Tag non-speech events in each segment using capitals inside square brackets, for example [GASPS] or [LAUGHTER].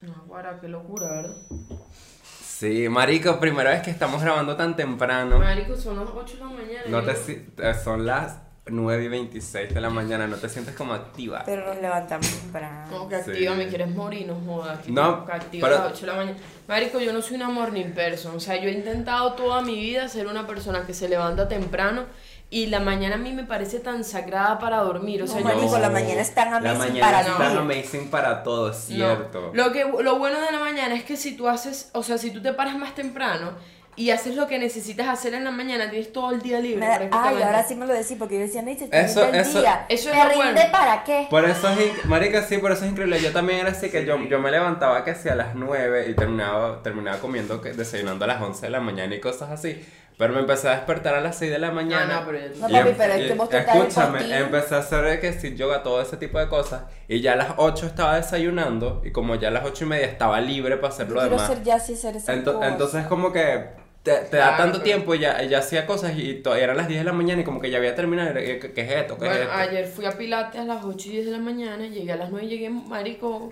No, guara, qué locura, ¿verdad? Sí, marico, primera vez que estamos grabando tan temprano. Marico, son las 8 de la mañana. No te ¿eh? si- eh, son las 9 y 26 de la mañana, no te sientes como activa. Pero nos levantamos temprano. Como que Sí. activa, me quieres morir, no jodas. que No, como que activa a pero- las 8 de la mañana. Marico, yo no soy una morning person. O sea, yo he intentado toda mi vida ser una persona que se levanta temprano y la mañana a mí me parece tan sagrada para dormir. O sea, No, yo marico, la mañana es tan La amazing mañana para es tan vivir. amazing para todo, cierto. No. Lo, que, lo bueno de la mañana es que si tú haces, o sea, si tú te paras más temprano y haces lo que necesitas hacer en la mañana, tienes todo el día libre. Me da- Ay, prácticamente. ahora sí me lo decís porque yo decía, no, y se te Eso- rinde el eso- día. eso es ¿Te lo rinde bueno. para qué? Por eso es, in- marica, sí, por eso es increíble. Yo también era así que yo, yo me levantaba que hacia las 9 y terminaba, terminaba comiendo, que- desayunando a las 11 de la mañana y cosas así. Pero me empecé a despertar a las 6 de la mañana. no, pero yo- No, Y papi, em- pero es y que vos te estás Escúchame, despertando. empecé a hacer que si yoga, todo ese tipo de cosas. Y ya a las 8 estaba desayunando. Y como ya a las 8 y media estaba libre para hacer Yo lo quiero demás. ser ya sí ser esa Ento- cosa. entonces como que te, te da Claro, tanto pero- tiempo y ya, y ya hacía cosas y to- eran las 10 de la mañana y como que ya había terminado. y era, ¿Qué, qué es esto? ¿Qué es Bueno, ah, esto? ayer fui a Pilates a las 8 y 10 de la mañana, llegué a las 9 y llegué, marico,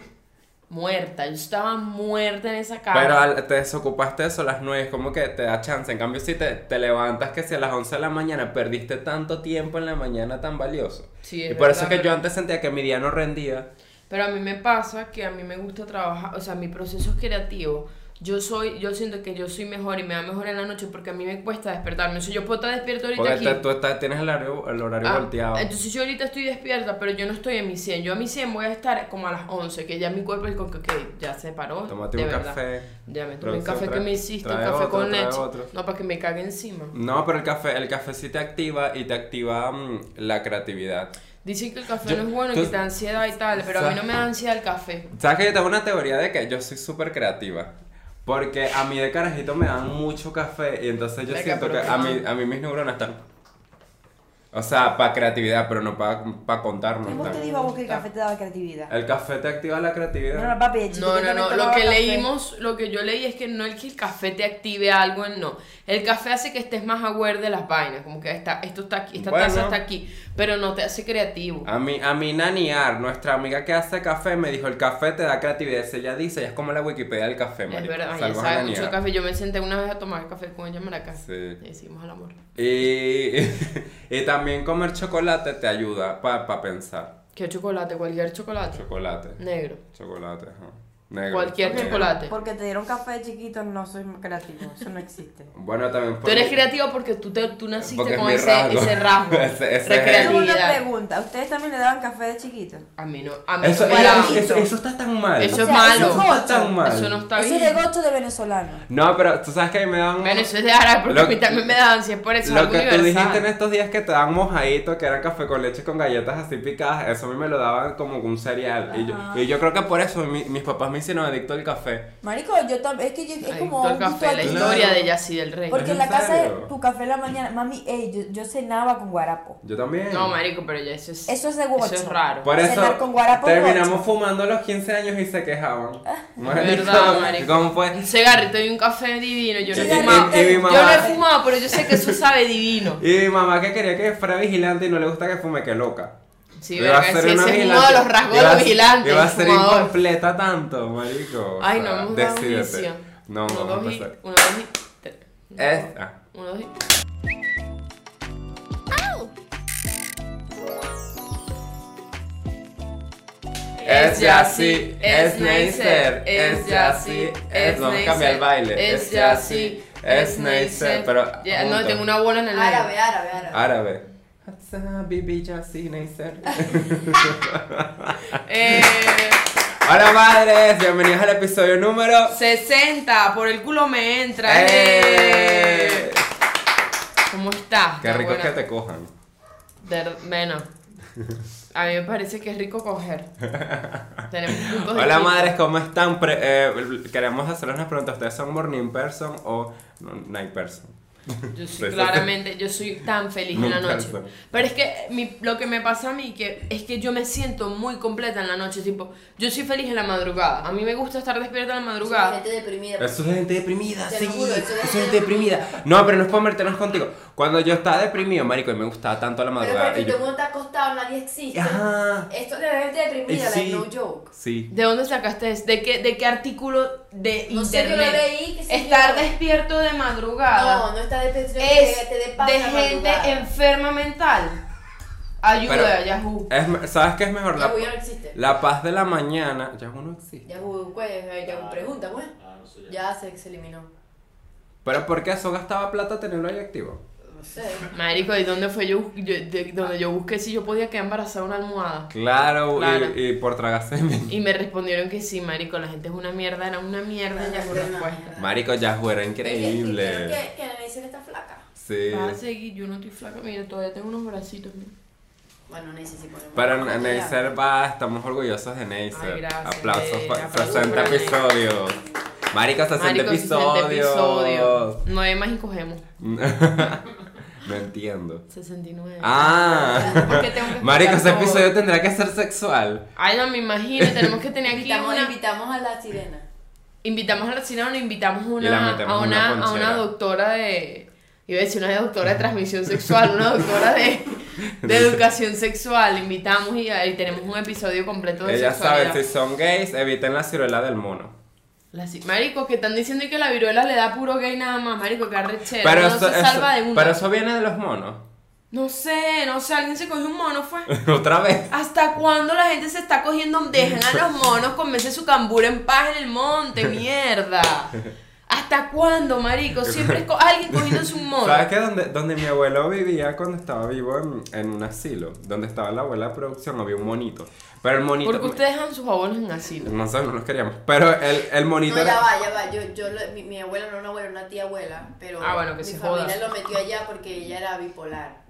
muerta. Yo estaba muerta en esa cama. Pero al- te desocupaste de eso a las 9, es como que te da chance. En cambio, si te, te levantas que si a las 11 de la mañana perdiste tanto tiempo en la mañana tan valioso. Sí, y es por eso es verdad, que yo pero- antes sentía que mi día no rendía. Pero a mí me pasa que a mí me gusta trabajar, o sea, mi proceso creativo. Yo soy, yo siento que yo soy mejor y me va mejor en la noche porque a mí me cuesta despertarme. O sea, yo puedo estar despierto ahorita Porque aquí. te- tú estás, tienes el horario, el horario Ah, volteado. Entonces yo ahorita estoy despierta, pero yo no estoy en mi 100. Yo a mi 100 voy a estar como a las 11, que ya mi cuerpo es como que ok, ya se paró. Tómate de un verdad. café. Ya me tomé un Producción, café que trae- me hiciste, un trae café otro, con trae leche. otro. No, para que me cague encima. No, pero el café, el café sí te activa y te activa mm, la creatividad. Dicen que el café Yo- no es bueno, tú- que te da ansiedad y tal, pero a mí no me da ansiedad el café. ¿Sabes que yo tengo una teoría de que yo soy súper creativa? Porque a mí de carajito me dan mucho café y entonces yo Venga, siento que pero a ¿qué mí, más? a mí mis neuronas están... O sea, para creatividad, pero no para pa contarnos. ¿Cómo te digo a vos que el café te daba creatividad? El café te activa la No, creatividad. no, papi, de chiquito No, yo no, también no. Lo tomaba que café. leímos, lo que yo leí es que no es que el café te active algo, en no. El café hace que estés más aware de las vainas, como que está, esto está aquí, esta Bueno. Ah, taza está aquí, pero no te hace creativo. A mí, a mí Naniar, nuestra amiga que hace café, me dijo, el café te da creatividad. Si ella dice, ella es como la Wikipedia del café, es marico. verdad, ella Salvo a sabe Naniar. mucho café. Yo me senté una vez a tomar café con ella en Maracay. Sí. Y hicimos el amor. Y, y [LAUGHS] también comer chocolate te ayuda para pensar. ¿Qué chocolate? Cualquier chocolate. Chocolate. Negro. Chocolate, ajá. Negro. Cualquier negro. chocolate. Porque te dieron café de chiquito, no soy creativo, eso [LAUGHS] no existe. Bueno, también Tú eres creativo porque tú, te, tú naciste Porque es con mi ese rasgo. rasgo. Ese rasgo [LAUGHS] Ese- ese es el- Tengo una recreatividad. pregunta, ¿ustedes también le daban café de chiquito? A mí no. A mí Eso, no me es- da- eso, eso- eso está tan mal. Eso es malo. Eso está tan mal. Eso no está Eso bien. es de gocho de venezolano. No, pero tú sabes que a mí me dan. Bueno, eso es de árabe porque Lo- a mí también me da ansia. Por eso es Lo algo que tú dijiste en universal. estos días que te dan mojadito, que era café con leche con galletas así picadas, eso a mí me lo daban como un cereal. Y yo, y yo creo que por eso mi- mis papás me hicieron adicto al café. Marico, yo también, es que yo- es Ay, como todo el un gusto café, la adictivo. historia de Yassi del Rey. ¿Es Porque en en la casa de serio? tu café en la mañana, mami, ey, yo, yo cenaba con guarapo. Yo también. No, marico, pero ya eso es. Eso es de gocho. Eso es raro. Por eso Cenar con guarapo Ah. terminamos fumando a los 15 años y se quejaban. [LAUGHS] verdad, marico. ¿Cómo fue? Un cigarrito y un café divino. Yo no Y- he y- fumado. y mi Yo mamá- no he fumado, pero yo sé que eso sabe divino. Y mi mamá que quería que fuera vigilante y no le gusta que fume, que loca. Sí, Iba a verga, ser sí, ese es una uno vigilante. de los rasgos de Iba a- los vigilantes. Iba a ser fumador. incompleta tanto, marico. O Ay, no, sea, hemos dado un decídete. inicio. No, uno, vamos a dos y. empezar. Uno, dos y. tres. Es- ah. Uno, dos y. Es Yassi, es Neisser, es Yassi, es. Vamos a cambiar el baile. Es Yassi, es Neisser. pero. Ya, junto. No, tengo una bola en el aire. árabe, árabe. Árabe. Ah, Hatsa, Bibi, Yassi, Neisser. Eh, [LAUGHS] Hola, madres, bienvenidos al episodio número. 60, por el culo me entra. ¡Eh! eh. ¿Cómo estás? Qué rico Buena. que te cojan. De- [LAUGHS] Menos. A mí me parece que es rico coger. Tenemos puntos Hola distintos. madres, ¿cómo están? Pre- eh, queremos hacerles unas preguntas. ¿Ustedes son morning person o no- night person? Yo soy Sí, sí, claramente, yo soy tan feliz en la Nunca noche. sé. Pero es que mi- lo que me pasa a mí que es que yo me siento muy completa en la noche, tipo, yo soy feliz en la madrugada. A mí me gusta estar despierta en la Soy madrugada. gente deprimida. Eso es gente deprimida, Te sí. lo juro, eso es eso es gente gente deprimida. No, pero no es para meternos contigo. Cuando yo estaba deprimido, marico, y me gustaba tanto la Pero madrugada. porque y yo- todo el mundo está acostado, nadie existe. Ajá. Esto es de gente Y deprimida, like, sí. no joke. Sí. ¿De dónde sacaste eso? ¿De qué, de qué artículo de No sé, internet? yo lo leí, qué sé estar yo. despierto de madrugada. No, no está depresión, es te dé de gente enferma mental. Ayuda, Pero- Yahoo. Es me- ¿Sabes qué es mejor? Ya La, voy, ya no existe. la paz de la mañana. Ya uno existe. Ya voy, pues, eh, ya pregunta, pues. Ah, no sé, Ya se, se eliminó. Pero ¿por qué eso gastaba plata tenerlo ahí activo? No sé. Marico, ¿y dónde fue yo, bus- yo- de- donde yo busqué si yo podía quedar embarazada de una almohada? Claro, y- Claro. Y, por tragarse semen. [LAUGHS] Y me respondieron que sí, marico, la gente es una mierda, era una mierda La ya gente es una respuesta. mierda. Marico, ya era Que, Ah, increíble. que, que la medicina está flaca. Sí. Vas a seguir, yo no estoy flaca, mira, todavía tengo unos bracitos. mira. Bueno, necesito. poner- Para Bueno, Neisser va, estamos orgullosos de Ay, Neisser. gracias, Aplausos eh, para aplausos 60 para Neisser. episodios. Marico, 60 60 episodios. No hay más y cogemos. no entiendo. 69. Ah. ¿Por qué tengo que Marico, ese explicar todo? episodio tendrá que ser sexual. Ay, no me imagino, tenemos que tener aquí Invitamos, una... invitamos a la sirena. Invitamos a la sirena, invitamos una, Y la metemos a, en una una, a ponchera. una doctora de... Iba a decir una doctora de transmisión sexual, una doctora de, [LAUGHS] de educación sexual. Invitamos y, ahí tenemos un episodio completo de Ellas saben, sexualidad. si son gays, eviten la ciruela del mono. La ci- Marico, que están diciendo que la viruela le da puro gay nada más, marico, que arrechera. no Pero, eso, se eso- salva de una. pero eso viene de los monos. [LAUGHS] No sé, no sé, alguien se cogió un mono, fue. Otra vez. ¿Hasta cuándo la gente se está cogiendo? Dejen a los monos comerse su cambur en paz en el [LAUGHS] monte, mierda. ¿Hasta cuándo, marico? Siempre es co- alguien cogiéndose un mono. ¿Sabes que donde, donde mi abuelo vivía cuando estaba vivo en, en un asilo? Donde estaba la abuela de producción había un monito. Pero el monito... Porque ustedes dejan sus abuelos en asilo. No sé, no los queríamos. Pero el, el monito... No, ya era- va, ya va. Yo, yo lo- mi, mi abuela no era una abuela, una tía abuela, pero Ah, bueno, que mi se familia joda. lo metió allá porque ella era bipolar.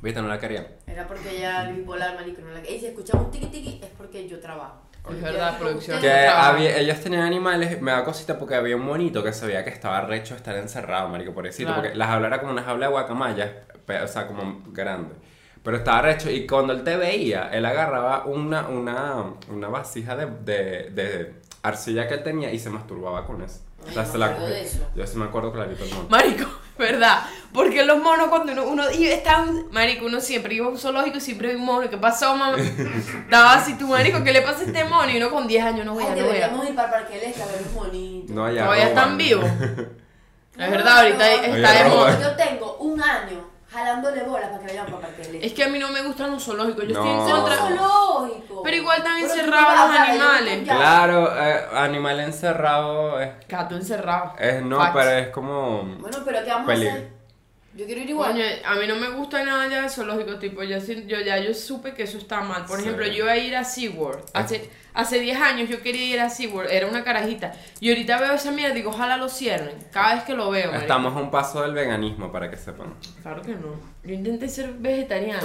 Viste, no la queríamos. Era porque ella era bipolar, marico. No la... Y si escuchamos tiqui tiqui es porque yo trabajo. Es Yo verdad, trabajo producción. con Que ustedes. Ajá. había, ellos tenían animales, me da cosita porque había un monito que sabía que estaba recho estar encerrado, marico, pobrecito, Claro. porque las jaula era como una jaula de guacamayas, pe- o sea, como grande. Pero estaba recho y cuando él te veía, él agarraba una, una, una vasija de, de, de arcilla que él tenía y se masturbaba con eso. O sea, Ay, se me la acuerdo cogía. de eso. Yo sí me acuerdo clarito el monito. Marico, [LAUGHS] ¿verdad? Porque los monos cuando uno, uno y está un- marico, uno siempre iba a un zoológico y siempre vi un mono, ¿qué pasó, [LAUGHS] mamá? Estaba así, tu marico, ¿qué le pasa a este mono? Y uno con 10 años, no voy a, Ay, no voy a. deberíamos ir para Parque Lesca, ver un monito. No, ya Todavía roban. están [LAUGHS] vivos. Es verdad, ahorita No, está de Oye, moda. roban. Yo tengo un año jalándole bolas para que vayan para Parque Este. Lesca. Es que a mí no me gustan los zoológicos, yo No. estoy en contra. Son zoológico. Pero igual están Pero tú encerrados vas, los o sea, yo animales. no- [LAUGHS] ya. Claro, eh, animal encerrado es, Gato encerrado. es- no, Facts. pero es como... Bueno, pero ¿qué vamos Peligro. a hacer? Yo quiero ir igual. Coño, a mí no me gusta nada ya de zoológico, tipo, yo, sí- yo ya yo supe que eso está mal. Por Sí. ejemplo, yo iba a ir a SeaWorld. Hace, hace 10 años yo quería ir a SeaWorld, era una carajita. Y ahorita veo esa mierda y digo, ojalá lo cierren. Cada vez que lo veo. marico. Estamos a un paso del veganismo, para que sepan. Claro que no. Yo intenté ser vegetariana.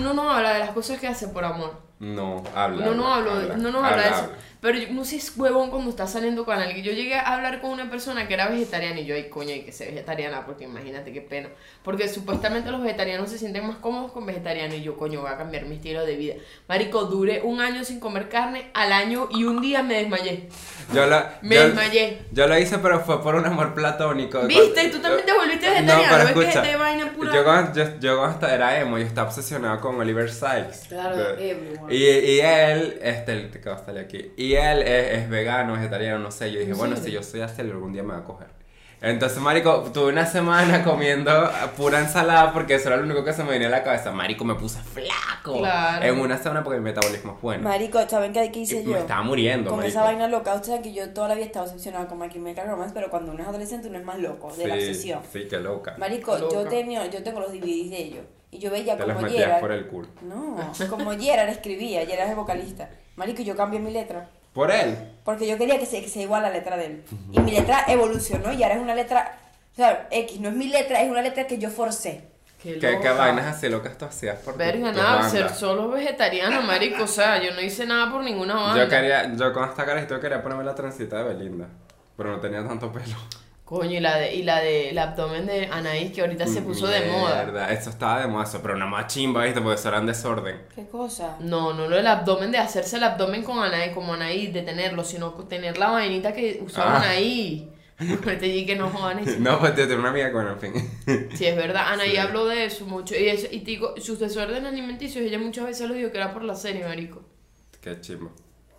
Uno no habla de las cosas que hace por amor. No, habla. No, no habla, hablo, de- no nos habla de eso. habla. Pero yo, no sé, es huevón cuando está saliendo con alguien. Yo llegué a hablar con una persona que era vegetariana y yo, ay, coño, hay que ser vegetariana, porque imagínate qué pena. Porque supuestamente los vegetarianos se sienten más cómodos con vegetarianos y yo, coño, voy a cambiar mi estilo de vida. Marico, duré un año sin comer carne, al año y un día me desmayé. Yo lo, Me yo- desmayé. Yo lo hice, pero fue por un amor platónico. ¿Viste? Tú también te volviste vegetariano, Pues, No, pero ¿ves que escucha, este vaina pura- Yo cuando, yo, yo cuando hasta era emo, yo estaba obsesionado con Oliver Sykes. Claro, De- everyone. y, y él, este, el que va a salir aquí, y él es, es vegano, vegetariano, no sé. Yo dije, bueno, si yo soy así, algún día me va a coger. Entonces, Marico, tuve una semana [LAUGHS] comiendo pura ensalada porque eso era lo único que se me venía a la cabeza. Marico, me puse flaco. Claro. En una semana porque mi metabolismo es bueno. Marico, ¿saben qué, qué hice Y yo? Me estaba muriendo, Con marico. esa vaina loca, o sea que yo toda la vida estaba obsesionada con My Chemical Romance, pero cuando uno es adolescente uno es más loco de la Sí, obsesión. Sí, qué loca. Marico, yo Loca. tenía, yo tengo los DVDs de ellos y yo veía Te las como metías Gerard. por el culo. No, como Gerard escribía, Gerard es el vocalista. Marico, yo cambié mi letra. ¿Por él? Porque yo quería que se- que sea igual a la letra de él. Y mi letra evolucionó y ahora es una letra. O sea, X, no es mi letra, es una letra que yo forcé. Qué, ¿Qué, qué loca. vainas así locas tú hacías por tu- Verga, tus nada, bandas? ser solo vegetariano, marico. O sea, yo no hice nada por ninguna banda. Yo quería, yo con esta carajita yo quería ponerme la trencita de Belinda, pero no tenía tanto pelo. Coño, y la de, y la de el abdomen de Anaís que ahorita se puso de moda. Mierda, Eso estaba de moda, eso, pero una más chimba, ¿viste? Porque eso era un desorden. [LAUGHS] ¿Qué cosa? No, no lo del abdomen de hacerse el abdomen con Anaís, como Anaís, de tenerlo, sino co- tener la vainita que usaba Ah. Anaís. Ahorita allí que no jodan eso. No, pues yo tengo una amiga con, en fin. [LAUGHS] Sí, es verdad. Anaí habló de eso mucho. Y, eso, y te digo, sus desórdenes alimenticios, ella muchas veces lo dijo que era por la serie, marico. Qué chimba.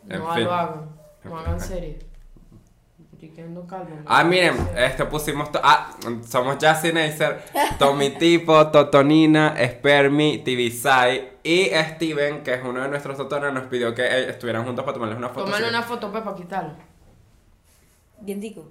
En No fin. lo hagan. En No fin. hagan serie. Estoy quedando calma. Ah, miren, este pusimos. to- ah, somos Justin Acer, Tommy Tipo, Totonina, Spermi, Tibisai y Steven, que es uno de nuestros totones, nos pidió que eh, estuvieran juntos para tomarles una foto. Tómale así una foto, Pepa, quitarlo. Bien digo.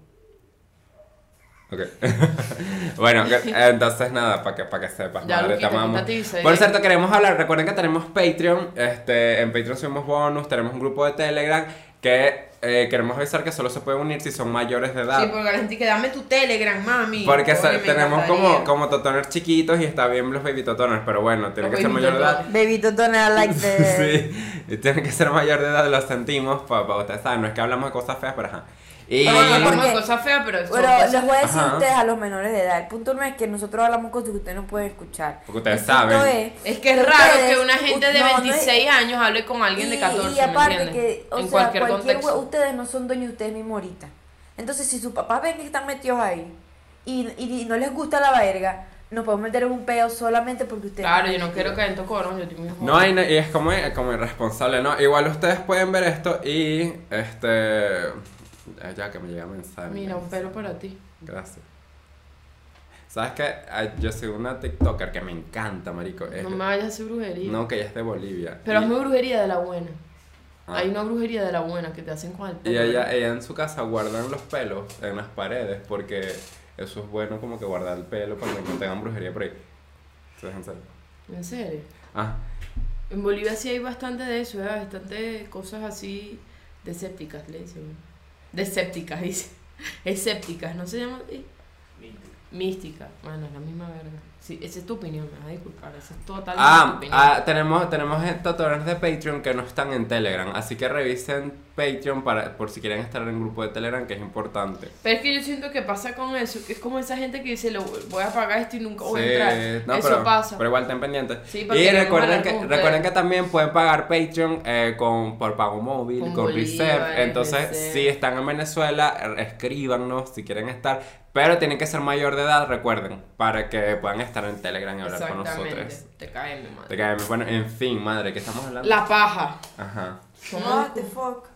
que- Ok. [LAUGHS] bueno, que- entonces nada, para que, pa' que sepas, Ya lo madre, te quito, quita amamos. Tibisai. Por cierto, queremos hablar. Recuerden que tenemos Patreon. Este, en Patreon subimos bonus, tenemos un grupo de Telegram que eh, queremos avisar que solo se pueden unir si son mayores de edad. Sí, porque garantí que dame tu Telegram, mami. Porque se- Coño, me tenemos encantaría. como, como totoners chiquitos y está bien los baby totoners, pero bueno, tienen Los que ser baby mayor de edad. totoners. Baby Totona, I [LAUGHS] like the... sí, y tienen que ser mayor de edad, lo sentimos, para ustedes saben, no es que hablamos de cosas feas, pero ajá. Y, Bueno, Bueno, hablamos de porque- cosas feas, pero. son Bueno, cosas- les voy a decir Ajá. a ustedes a los menores de edad. El punto no es que nosotros hablamos cosas que ustedes no pueden escuchar. Porque ustedes El punto saben. Es que es ustedes- raro que una gente de no, no es- 26 años hable con alguien de y- 14, Y, ¿me aparte entiendes? que, o en sea, cualquier, cualquier, contexto. hue- ustedes no son dueños de ustedes mismos ahorita. Entonces, si sus papás ven que están metidos ahí y, y- y no les gusta la verga, nos podemos meter en un peo solamente porque ustedes... Claro, yo no quiero caer en tocoros, yo estoy muy no, hay, y es como, como irresponsable, ¿no? Igual ustedes pueden ver esto y, este, ay, ya que me llega mensaje. Mira, un pelo para ti. Gracias. ¿Sabes qué? Ay, Yo soy una tiktoker que me encanta, marico. Es- No me vayas a hacer brujería. no, que ella es de Bolivia. Pero Y- hazme brujería de la buena. Ah. Hay una brujería de la buena que te hacen con el Y eh. pelo. ella, ella en su casa guardan los pelos en las paredes porque eso es bueno como que guardar el pelo para que no tengan brujería por ahí. Entonces, en serio. ¿En serio? Ah, En Bolivia sí hay bastante de eso, ¿verdad? Bastante cosas así desépticas, le dicen. ¿no? Desépticas, [LAUGHS] dice. Escépticas, ¿no se llama así? Mística. Bueno, es la misma verga. Sí, esa es tu opinión, me vas a disculpar. Esa es totalmente tu ah, opinión. ah, tenemos, tenemos tutoriales de Patreon que no están en Telegram, así que revisen Patreon para, por si quieren estar en el grupo de Telegram que es importante. Pero es que yo siento que pasa con eso, que es como esa gente que dice, lo voy a pagar esto y nunca voy Sí, a entrar. no, eso pero, pasa. Pero igual estén pendientes. Sí, porque y queremos recuerden hablar que, con ustedes. recuerden que también pueden pagar Patreon eh, con, por pago móvil, Con con, bolívares, Reserve. Entonces, Reserve. si están en Venezuela, eh, escríbanos si quieren estar. Pero tienen que ser mayor de edad, recuerden, para que puedan estar en Telegram y hablar con Exactamente. nosotros. Te cae mi madre. Te cae bien. Bueno, en fin, madre, ¿qué estamos hablando? La paja. Ajá. What the fuck.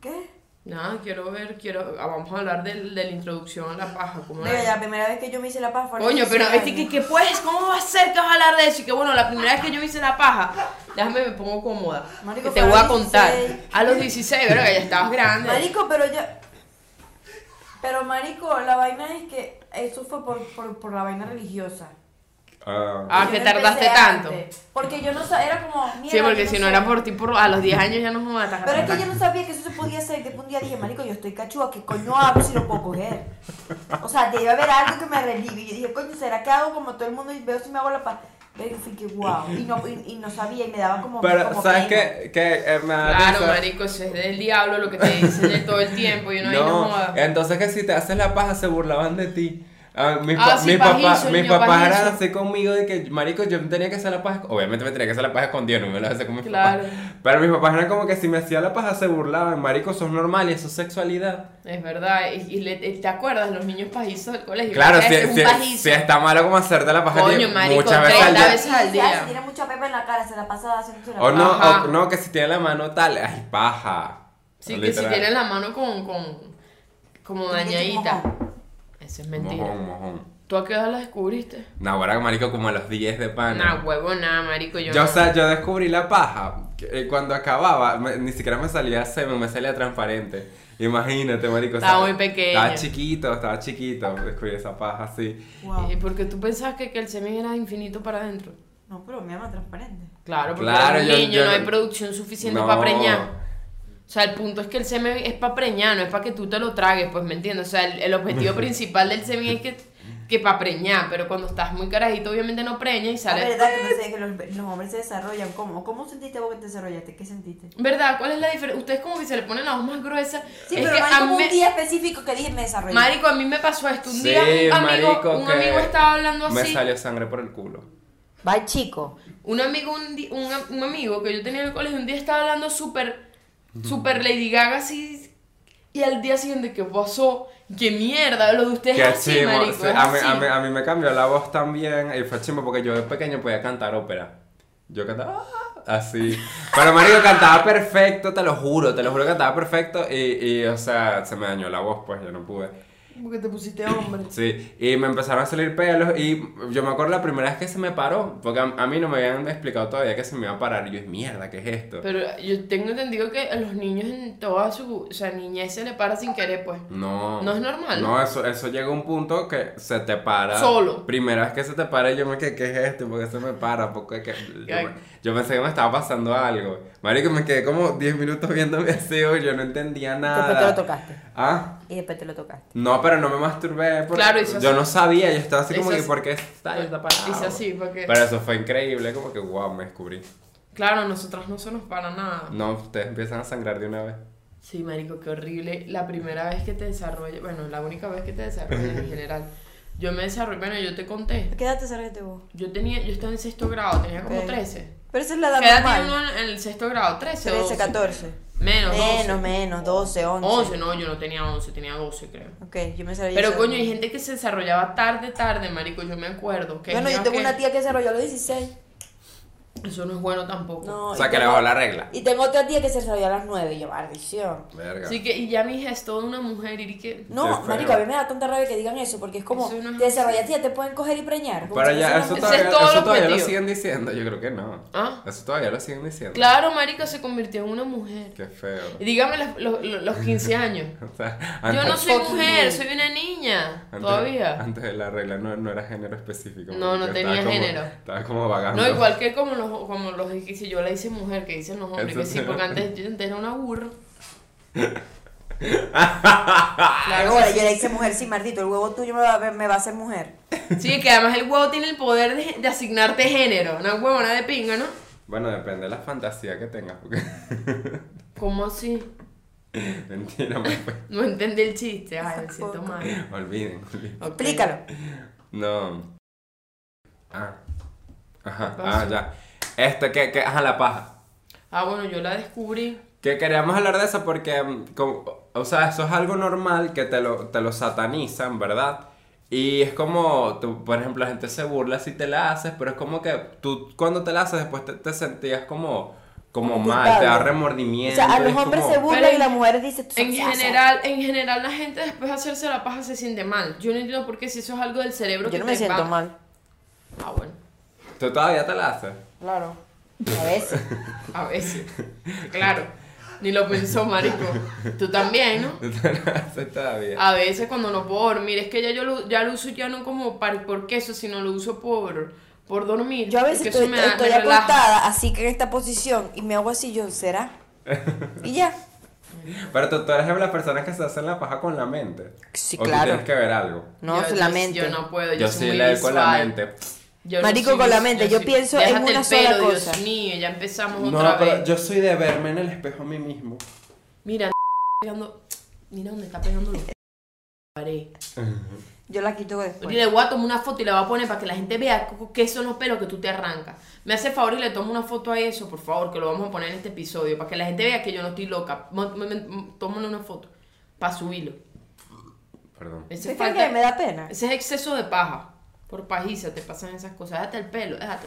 ¿Qué? Nada, quiero ver, quiero. ah, vamos a hablar del, de la introducción a la paja. Como Mira, la primera vez que yo me hice la paz fue a los Coño, pero 16 este, años. que, que puedes, ¿cómo va a ser que vas a hablar de eso? Y que bueno, la primera vez que yo hice la paja, déjame me pongo cómoda. Marico, que te fue a voy a los contar. 16. A los 16, pero ya estabas grande. Marico, pero yo. Pero, Marico, la vaina es que eso fue por, por, por la vaina religiosa. Ah. Ah, Yo que no tardaste empecé tanto. antes, porque yo no sabía, era como. mierda, Sí, porque yo si no sé. era por ti, por, a los 10 años ya nos matas. Pero es que [LAUGHS] yo no sabía que eso se podía hacer. Después un día dije, Marico, yo estoy cachúa, ¿qué coño hago si lo puedo coger? O sea, debe haber algo que me relieve. Y yo dije, coño, ¿será que hago como todo el mundo y veo si me hago la paz? Pero fui que wow. Y no, y, y no sabía, y me daba como. Pero, como ¿sabes pena. qué? Que, eh, me da Claro, risa. marico, Ah, eso es del diablo lo que te dicen de todo el tiempo. Y uno ahí no eh. No, joda. entonces que si te haces la paja se burlaban de ti. Ah, mis Ah, pa- sí, mis papás pajizo, mis niño, papás pajizo. eran así conmigo de que, marico, yo tenía que hacer la paja. Obviamente me tenía que hacer la paja con Dios, no me la hacía con mis Claro. papás. Pero mis papás eran como que si me hacía la paja se burlaban. Marico, eso es normal y eso es sexualidad. Es verdad, y, y le- eh, te acuerdas, los niños pajizos del colegio. Claro, Ese si, es un si- pajizo. si está malo como hacerte la paja Coño, tío, marico, muchas veces al 30 día- veces. al Ya, día. Si tiene mucha pepa en la cara, se la pasa haciendo una O no, Ajá. o no, que si tiene la mano tal, ay, paja. Sí, que si Literal. tienen la mano con, con como dañadita. Eso es mentira. Mojón, mojón. ¿Tú a qué edad la descubriste? No, ahora, marico, como a los 10 de pan. Nah, huevo, nada, marico. Yo, Yo, o no. sea, yo descubrí la paja que, eh, cuando acababa, me- ni siquiera me salía semen, me salía transparente. Imagínate, marico. o sea, Estaba muy pequeño. Estaba chiquito, estaba chiquito, descubrí esa paja así. Wow. Eh, porque tú pensabas que, que el semen era infinito para adentro. No, pero me llama transparente. Claro, porque Claro, era un yo- niño yo- no hay producción suficiente No. para preñar. O sea, el punto es que el semen [LAUGHS] es para preñar, no es para que tú te lo tragues, pues, ¿me entiendes? O sea, el, el objetivo principal del semen es que, que para preñar, pero cuando estás muy carajito, obviamente no preñas y La sale. verdad que no sé, que los, los hombres se desarrollan. ¿Cómo? ¿Cómo sentiste vos que te desarrollaste? ¿Qué sentiste? ¿Verdad? ¿Cuál es la diferencia? Ustedes como que se le ponen la voz más gruesa. Sí, es pero que marico, a hubo mí- un día específico que dije me desarrollé. Marico, a mí me pasó esto. Un Sí, día un amigo, marico, un que amigo estaba hablando Me así. salió sangre por el culo. Bye, chico. Un amigo, un, di- un am- un amigo que yo tenía en el colegio, un día estaba hablando súper, súper Lady Gaga así. Y al día siguiente, ¿qué pasó? ¡Qué mierda! Lo de ustedes Qué es así, chimo. marico. sí, es a, mí, así. a, mí, a mí me cambió la voz también. Y fue chimo porque yo de pequeño podía cantar ópera. Yo cantaba ah, así. Pero marico cantaba perfecto, te lo juro, te lo juro cantaba perfecto. Y, y o sea, se me dañó la voz, pues yo no pude. Porque te pusiste hombre. Sí, y me empezaron a salir pelos y yo me acuerdo la primera vez que se me paró, porque a, a mí no me habían explicado todavía que se me iba a parar. Y yo, mierda, ¿qué es esto? Pero yo tengo entendido que a los niños en toda su o sea, niñez se le para sin querer, pues. No. No es normal. No, eso, eso llega a un punto que se te para. Solo. Primera vez que se te para, yo me quedé, ¿qué es esto? ¿Por qué se me para? ¿Por qué, qué? Yo, Ay. me- yo pensé que me estaba pasando algo. Marico, me quedé como 10 minutos viéndome así, yo no entendía nada. Después te lo tocaste. ¿Ah? Y después te lo tocaste. No, pero no me masturbé. Porque Claro, hizo yo así. no sabía, yo estaba así Hizo como que, así. ¿por qué está, está parado? Hice así, porque. Pero eso fue increíble, como que, wow, me descubrí. Claro, a nosotras no se nos para nada. No, ustedes empiezan a sangrar de una vez. Sí, marico, qué horrible. La primera vez que te desarrollas, bueno, la única vez que te desarrollas en general. Yo me desarrollé, bueno, yo te conté. ¿A qué edad te desarrollaste vos? Yo tenía, yo estaba en sexto grado, tenía como Ok. 13. Pero esa es la edad ¿Qué edad tiene normal. uno en el sexto grado? 13 o 13, 12? 14. Menos, 12. Menos, menos, 12, 11. 11, no, yo no tenía 11, tenía 12, creo. Ok, yo me desarrollé. Pero esa coño, edad. hay gente que se desarrollaba tarde, tarde, marico, yo me acuerdo. Que Bueno, yo iba tengo que- una tía que desarrolló a los 16. Eso no es bueno tampoco. No, o y sea, que le tengo- bajó la regla. Y tengo otra tía que se desarrolló a las 9. Y yo, maldición. Verga. Así que, y ya mi hija es toda una mujer y que... No, Qué feo. marico, a mí me da tanta rabia que digan eso, porque es como, Eso no es te desarrollaste y ya te pueden coger y preñar. como Pero si ya, fuese eso una- es todavía, todo eso el todavía lo objetivo. siguen diciendo, yo creo que no. ¿Ah? Eso todavía lo siguen diciendo. Claro, marico, se convirtió en una mujer. Qué feo. Y dígame las- los, los, 15 años. [LAUGHS] O sea, Yo antes- no soy Fucking mujer, hell. soy una niña. Ah, antes- Todavía. Antes de la regla no, no era género específico. No, no porque tenía estaba como- género. Estaba como vagando. No, igual que como los, como los que si yo la hice mujer, que dicen los hombres, que Eso sí, sí. porque antes, yo antes era una burra. Pero claro, bueno, sí, yo le hice mujer, sí, Martito, el huevo tuyo me va, a- me va a hacer mujer. sí, que además el huevo tiene el poder de, de asignarte género. Una huevona de pinga, ¿no? Bueno, depende de la fantasía que tengas. Porque... [LAUGHS] ¿Cómo así? Mentira, me fue. No entendí el chiste. Ay, me siento mal. Olviden, olviden. Ok. Explícalo. No. Ah. Ajá. Ah, Paso. ya. Este, que, que, ajá, la paja. Ah, bueno, yo la descubrí. Que queríamos hablar de eso porque, mm, como- o sea, eso es algo normal que te lo, te lo satanizan, ¿verdad? Y es como, tú, por ejemplo, la gente se burla si te la haces, pero es como que tú cuando te la haces después te, te sentías como, como Como mal, te da culpable. remordimiento. O sea, a los es hombres como- se burlan Pero y las mujeres dicen, tú En sos sasa. general, en general la gente después de hacerse la paja se siente mal. Yo no entiendo por qué si eso es algo del cerebro que Yo no me te siento va- mal. Ah, bueno. ¿Tú todavía te la haces? [LAUGHS] Claro. A veces. A veces. Claro. Ni lo pensó, marico. Tú también, ¿no? ¿Tú te la haces todavía? A veces cuando no puedo dormir, es que ya yo lo, ya lo uso ya no como par- por queso, sino lo uso por, por dormir. Yo a veces porque estoy, eso me da- estoy me relaja. acostada, así que en esta posición, y me hago así, [LAUGHS] yo, ¿será? Y ya. Pero tú, tú eres de las personas que se hacen la paja con la mente. Sí, o tú claro. tienes que ver algo. No, Yo- yo- solamente. Yo, no puedo, yo, Yo soy sí muy le doy con la visual. mente. Yo no Marico, soy con la vis- mente, yo soy- pienso en Déjate una el sola pelo, cosa. Dios mío, ya empezamos No, otra vez. pero yo soy de verme en el espejo a mí mismo. Mira, pegando. Mira dónde está pegando los pared. Yo la quito después. Y le voy a tomar una foto y la voy a poner para que la gente vea cu- que son los pelos que tú te arrancas. Me hace favor y le tomo una foto a eso, por favor, que lo vamos a poner en este episodio, para que la gente vea que yo no estoy loca. Mo- me- me- Tómale una foto para subirlo. Perdón. Ese, ¿Sabes es qué? falta- me da pena? ese es exceso de paja. Por pajiza te pasan esas cosas. Déjate el pelo, déjate.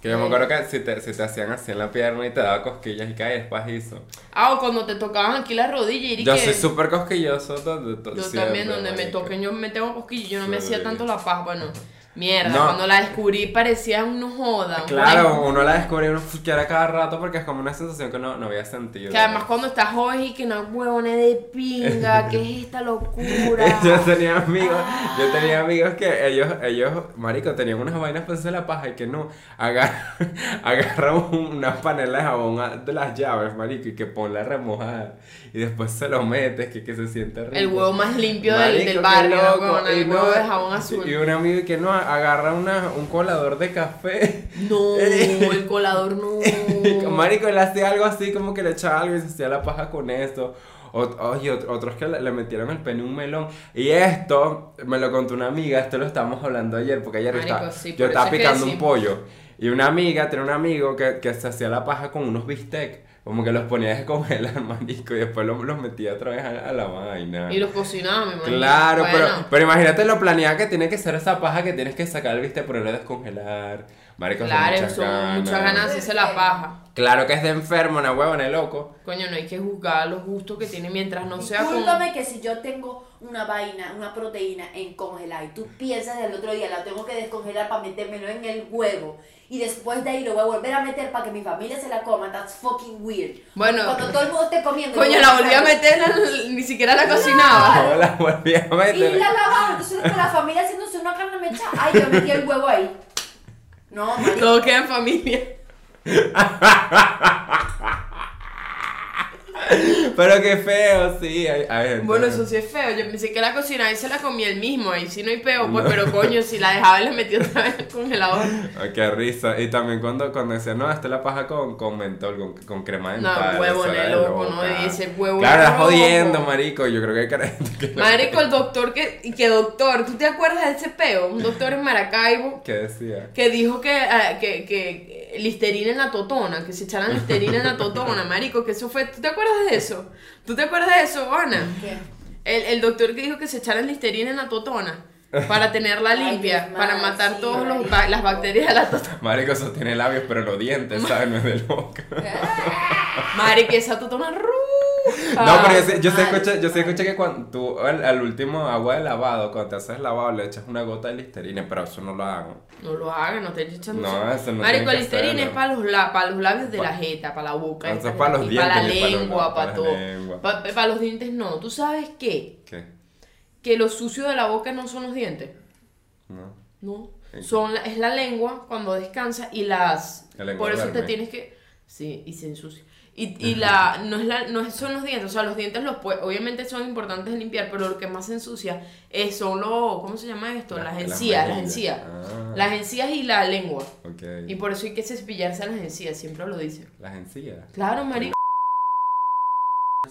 Que yo me acuerdo que si te, si te hacían así en la pierna y te daba cosquillas y caías pajizo. Ah, o cuando te tocaban aquí la rodilla y Yo que- soy súper cosquilloso. donde to- Yo siempre, también, donde me marica. toquen, yo me tengo cosquillas. Yo no me Sí. hacía tanto la paja, bueno. Mierda, No. cuando la descubrí parecía un no joda. un Claro, joven. uno la descubre y uno fuchara cada rato porque es como una sensación que no, no había sentido. Que [LAUGHS] además cuando estás joven y que no huevones de pinga, que es esta locura. Yo tenía amigos, yo tenía amigos que ellos, ellos, marico, tenían unas vainas para hacer la paja y que no, [LAUGHS] agarra, agarra un- una panela de jabón a- de las llaves, marico, y que ponla remojada y después se lo metes, que, que se siente rico. El huevo más limpio del- Marico, del qué barrio, la loco, huevona, y el huevo no, de jabón azul. Y un amigo y que no, agarra una, un colador de café. [LAUGHS] No, el colador no. Marico, él hacía algo así como que le echaba algo y se hacía la paja con esto. Ot- oye, ot- otros que le, le metieron el pene en un melón. Y esto me lo contó una amiga, esto lo estábamos hablando ayer, porque ayer Marico, estaba- sí, yo por estaba eso es que picando un decimos. pollo. Y una amiga, tenía un amigo que, que se hacía la paja con unos bistec. Como que los ponía a descongelar, [LAUGHS] marico, y después lo- los, metía otra vez a, a la vaina. Y los cocinaba, mi imagino. Claro, Bueno, pero, pero imagínate lo planeada que tiene que ser esa paja que tienes que sacar el bistec, ponerlo a descongelar. Marico, son Claro, muchas son muchas ganas. ganas de hacerse la paja. Claro que es de enfermo, una huevona, [LAUGHS] es loco. Coño, no hay que juzgar los gustos que tiene mientras no sea con. Discúlpame que si yo tengo una vaina, una proteína en congelado y tú piensas el otro día la tengo que descongelar para metérmelo en el huevo y después de ahí lo voy a volver a meter para que mi familia se la coma, that's fucking weird. Bueno. Cuando todo el mundo esté comiendo. Coño, la volví a meter, [LAUGHS] la- ni siquiera la cocinaba. [LAUGHS] No la volví a Y la meter. lavaron, entonces uno con la familia haciéndose una carne mecha, ay, yo metí el huevo ahí. No, marico. Todo queda en familia. Pero qué feo, sí. Hay, hay gente- Bueno, eso sí es feo. Yo pensé que la cocinaba y se la comía él mismo. Ahí sí no hay peo, pues, pero coño, si la dejaba y la metía otra vez al congelador. Ay, qué risa. Y también cuando, cuando decían, no, esta es la paja con, con mentol, con, con crema dental. huevo, eso era ne, de loco, loca. no, y ese huevo Claro, estás rojo. jodiendo, marico. Yo creo que hay que la gente que [LAUGHS] lo- Marico, el doctor que. ¿Y qué doctor? ¿Tú te acuerdas de ese peo? Un doctor en Maracaibo ¿Qué decía? que dijo que, ah, que, que listerina en la totona, que se echaran listerina en la totona, marico, que eso fue. ¿Tú te acuerdas de eso? ¿Tú te acuerdas de eso, Ana? ¿Qué? El, el doctor que dijo que se echaran listerina en la totona para tenerla Ay, limpia, Dios para mío, matar sí, todas marico. las bacterias de la totona. Marico, eso tiene labios, pero los dientes, ¿sabes? No es de loca. Marico, esa totona ruja. [LAUGHS] No, pero yo sí, yo sí mal, escuché, yo sí mal. escuché que cuando tú, al, al último agua de lavado, cuando te haces lavado, le echas una gota de listerina, pero eso no lo hago. No lo hagas, no te eches echando. No, sal. eso no tiene Marico, que el listerina hacerlo. es para los, la- para los labios de Pa- la jeta, para la boca. Eso esta es para los jeta, y Para la dientes y para los- lengua, para para la todo. lengua. Pa- Para los dientes no. ¿Tú sabes qué? ¿Qué? Que lo sucio de la boca no son los dientes. No. No. Sí. Son la- es la lengua cuando descansa y las. La lengua por eso duerme. te tienes que. Sí, y se ensucia. Y, y la, no es la, no es- son los dientes, o sea, los dientes los puede- obviamente son importantes de limpiar, pero lo que más se ensucia es, son los, ¿cómo se llama esto? Las, encías, las mejillas. encías. Ah, Las encías y la lengua. ok. Y por eso hay que cepillarse las encías, siempre lo dice. Las encías. Claro, marico.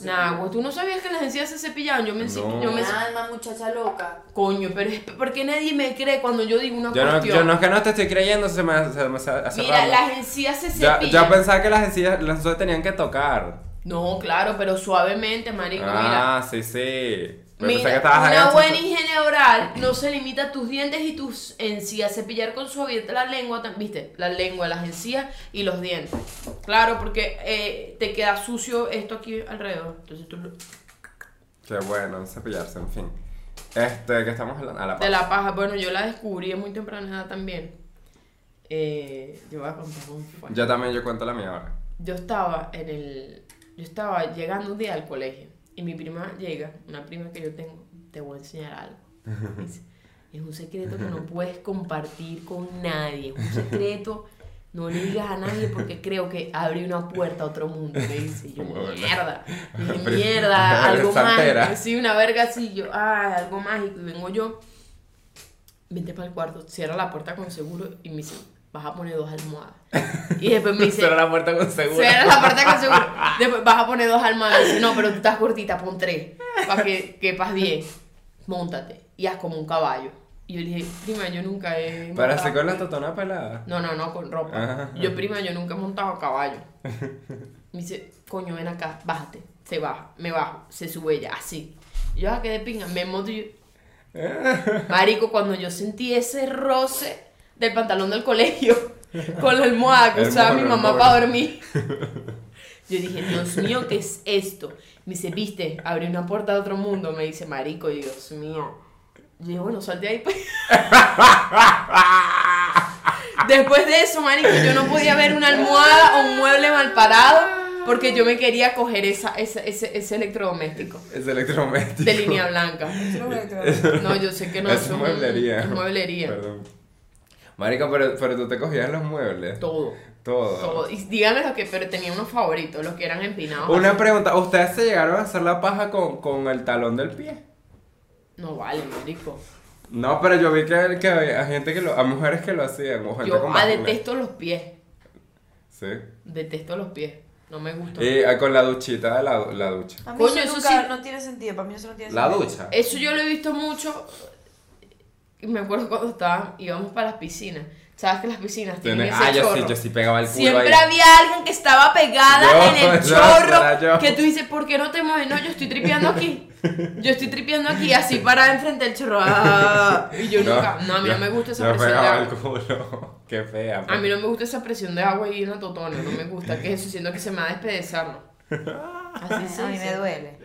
Nah, güey, tú no sabías que las encías se cepillaban. Yo me, enci- No. yo me Alma, muchacha loca. coño, pero es porque nadie me cree cuando yo digo una Yo no, cuestión. yo no es que no te estoy creyendo, se me hace, se me hace hace Mira, raro. las encías se Ya- cepillan. yo, pensaba que las encías las dos tenían que tocar. No, claro, pero suavemente, marico, mira. ah, sí, sí. Yo pensé que Mira, estabas pues. una agachando- buena higiene oral no se limita a tus dientes y tus encías. Cepillar con suavidad la lengua, tam- ¿viste? La lengua, las encías y los dientes. Claro, porque eh, te queda sucio esto aquí alrededor. Entonces tú lo- Qué bueno, cepillarse, en fin. Este, que estamos hablando. A la De paz. la paja, bueno, yo la descubrí a muy temprana edad también. Eh, yo voy a contar cómo fue. Yo también, yo cuento la mía ahora. Yo estaba en el. Yo estaba llegando un día al colegio y mi prima llega, una prima que yo tengo, te voy a enseñar algo. Dice, es un secreto que no puedes compartir con nadie, es un secreto. No le digas a nadie porque creo que abre una puerta a otro mundo. Me dice, Y yo, Bueno. mierda. Dije, Pero- mierda, algo Santera. mágico. Sí, una verga así. Yo, ah, algo mágico. Y vengo yo, vente para el cuarto, cierra la puerta con seguro y me dice, vas a poner dos almohadas. Y después [LAUGHS] me dice, Cerra la puerta con seguro. Será la parte que seguro. Después vas a poner dos almohadas. Dice, no, pero tú estás cortita, pon tres. Para que quepas bien. Móntate. Y haz como un caballo. Y yo le dije, prima, yo nunca he. montado- Para hacer con la totona pelada. No, no, no, con ropa. Ajá. Yo, prima, yo nunca he montado a caballo. [LAUGHS] Me dice, coño, ven acá, bájate. Se baja, me bajo, se sube ella, así. Y yo, ah, que de pinga, me monto y yo. [LAUGHS] Marico, cuando yo sentí ese roce del pantalón del colegio [LAUGHS] con la almohada que El usaba mono, mi el mamá mono. para [LAUGHS] dormir, yo dije, Dios mío, ¿qué es esto? Me dice, viste, abrí una puerta a otro mundo. Me dice, Marico, Dios mío. Yo dije, bueno, sal de ahí, pues. ¡Ah! Después de eso, marico, yo no podía ver una almohada o un mueble mal parado porque yo me quería coger esa, esa- ese, ese electrodoméstico Es electrodoméstico. de línea blanca. [LAUGHS] No, yo sé que no. es eso un- mueblería. es mueblería. Perdón. Marico, pero, pero tú te cogías los muebles. Todo. Todo. Todo. Y díganme los que, pero tenía unos favoritos, los que eran empinados. Una así. pregunta, ¿ustedes se llegaron a hacer la paja con, con el talón del pie? No vale, marico. No, pero yo vi que, que había gente que lo, a mujeres que lo hacían, o gente Yo con ah, vagina. detesto los pies. Sí. Detesto los pies. No me gusta. Y ah, con la duchita de la, la ducha. A mí Coño, eso eso nunca, sí. no tiene sentido, para mí eso no Ah, tiene La sentido. ducha. Eso yo lo he visto mucho. y Me acuerdo cuando estaban, íbamos para las piscinas. Sabes que las piscinas tienen Tiene- ese ah, yo chorro. sí, yo sí pegaba el culo Siempre ahí. había alguien que estaba pegada Yo, en [LAUGHS] el yo, era yo. chorro. Que tú dices, ¿por qué no te mueves? No, yo estoy tripeando aquí. Yo estoy tripeando aquí, así parada enfrente del chorro. Ah, y yo nunca. No, a mí no, yo- me gusta esa yo presión de pegaba agua. el culo. [LAUGHS] Qué fea. pues. A mí no me gusta esa presión de agua y una totona. No me gusta. Que eso siento que se me va a despedezar. ¿no? [LAUGHS] Así se A mí dice. me duele.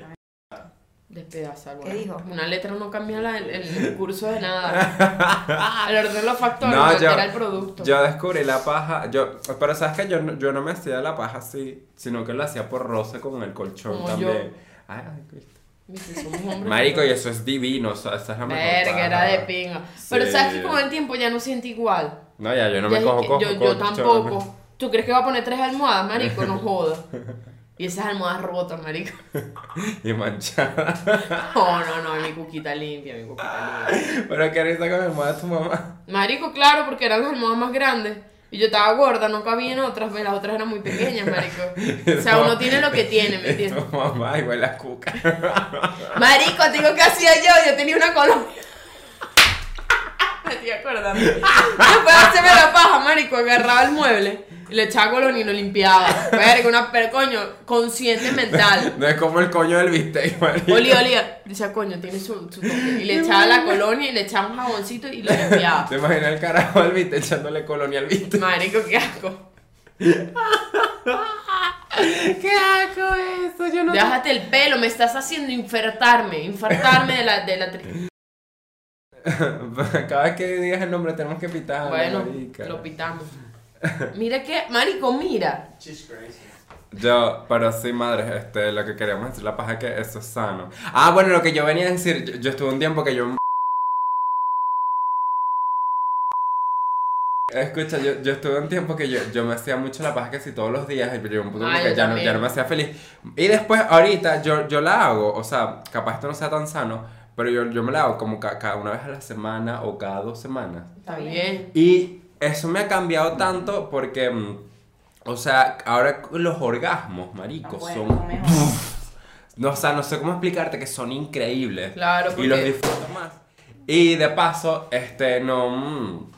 Despedazar, ¿Qué bueno. dijo? Una letra no cambia la- el, el curso de nada. [LAUGHS] Al orden de los factores, No, yo- altera el producto. Yo descubrí la paja, yo, pero sabes que yo, no- yo no me hacía la paja así, sino que lo hacía por roce con el colchón Como también. Ay, ay, Cristo. Viste, somos hombres. Marico, y eso es divino, o sea, esa es la mejor Verga, paja. era de pinga. Pero Sí. sabes que con el tiempo ya no siento igual. No, ya, yo no Ya me es cojo que cojo yo, yo colchón. tampoco. ¿Tú crees que va a poner tres almohadas, marico? No jodas. Y esas almohadas rotas, marico. [LAUGHS] [LAUGHS] Y manchada. No, no, no, mi cuquita limpia, mi cuquita limpia. Pero que risa con el moda tu mamá. Marico, claro, porque eran las almohadas más grandes. Y yo estaba gorda, no cabía en otras, pues, las otras eran muy pequeñas, marico. O sea, uno tiene lo que tiene, [LAUGHS] ¿me entiendes? Tu mamá igual la cuca. Marico, te digo que hacía yo, yo tenía una colonia. Me estoy acordando. Después de hacerme la paja, marico, agarraba el mueble y le echaba colonia y lo limpiaba. Verga, una per coño, consciente mental. No es como el coño del bistec, marico. Olía, olía. Decía, coño, tiene su, su toque. Y le echaba la colonia y le echaba un jaboncito y lo limpiaba. ¿Te imaginas el carajo del bistec echándole colonia al bistec? [LAUGHS] Marico, qué asco. ¡Qué asco eso! Yo Déjate el pelo, me estás haciendo infartarme, infartarme de la, de la tristeza. Cada vez que digas el nombre tenemos que pitar. Bueno, Ah, marica. lo pitamos. Mira que, marico, mira. Yo, pero sí, madre, este, lo que queríamos decir, la paja es que eso es sano. Ah, bueno, lo que yo venía a decir, yo, yo estuve un tiempo que yo... Escucha, yo, yo estuve un tiempo que yo, yo me hacía mucho la paja que si todos los días, pero yo un punto Ah, como yo que ya no, también. ya no me hacía feliz. Y después, ahorita, yo, yo la hago, o sea, capaz esto no sea tan sano, pero yo, yo me la hago como ca- cada una vez a la semana o cada dos semanas. Está bien. Y eso me ha cambiado tanto porque, mm, o sea, ahora los orgasmos, marico, son... [LAUGHS] No, o sea, no sé cómo explicarte que son increíbles. Claro, Y los porque- disfruto más. Y de paso, este, no... mm,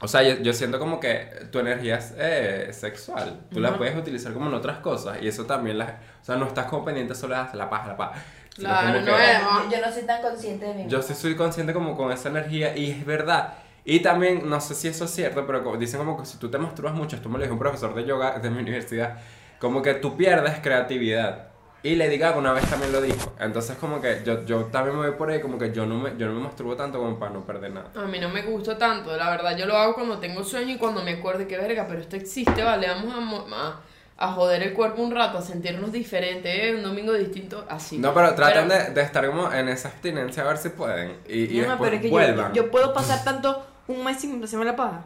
o sea, yo, yo siento como que tu energía es eh, sexual. Tú la Ujú. puedes utilizar como en otras cosas. Y eso también la... O sea, no estás como pendiente solo de la paja, la paja. sino Claro, como no que- es- Yo, yo no soy tan consciente de mí. yo sí soy consciente como con esa energía y es verdad. Y también, no sé si eso es cierto, pero como- dicen como que si tú te masturbas mucho, esto me lo dijo un profesor de yoga de mi universidad, como que tú pierdes creatividad. Y Lady Gaga una vez también lo dijo. Entonces como que yo, yo también me voy por ahí, como que yo no me, yo no me masturbo tanto como para no perder nada. A mí no me gusta tanto, la verdad. Yo lo hago cuando tengo sueño y cuando me acuerde que verga, pero esto existe, vale. Vamos a, mo- a, a joder el cuerpo un rato, a sentirnos diferentes, ¿eh? un domingo distinto, así. No, pero traten de, de estar como en esa abstinencia a ver si pueden. Y, y No, no, después pero es que yo- vuelvan. Yo, puedo pasar tanto un mes sin hacerme la paja.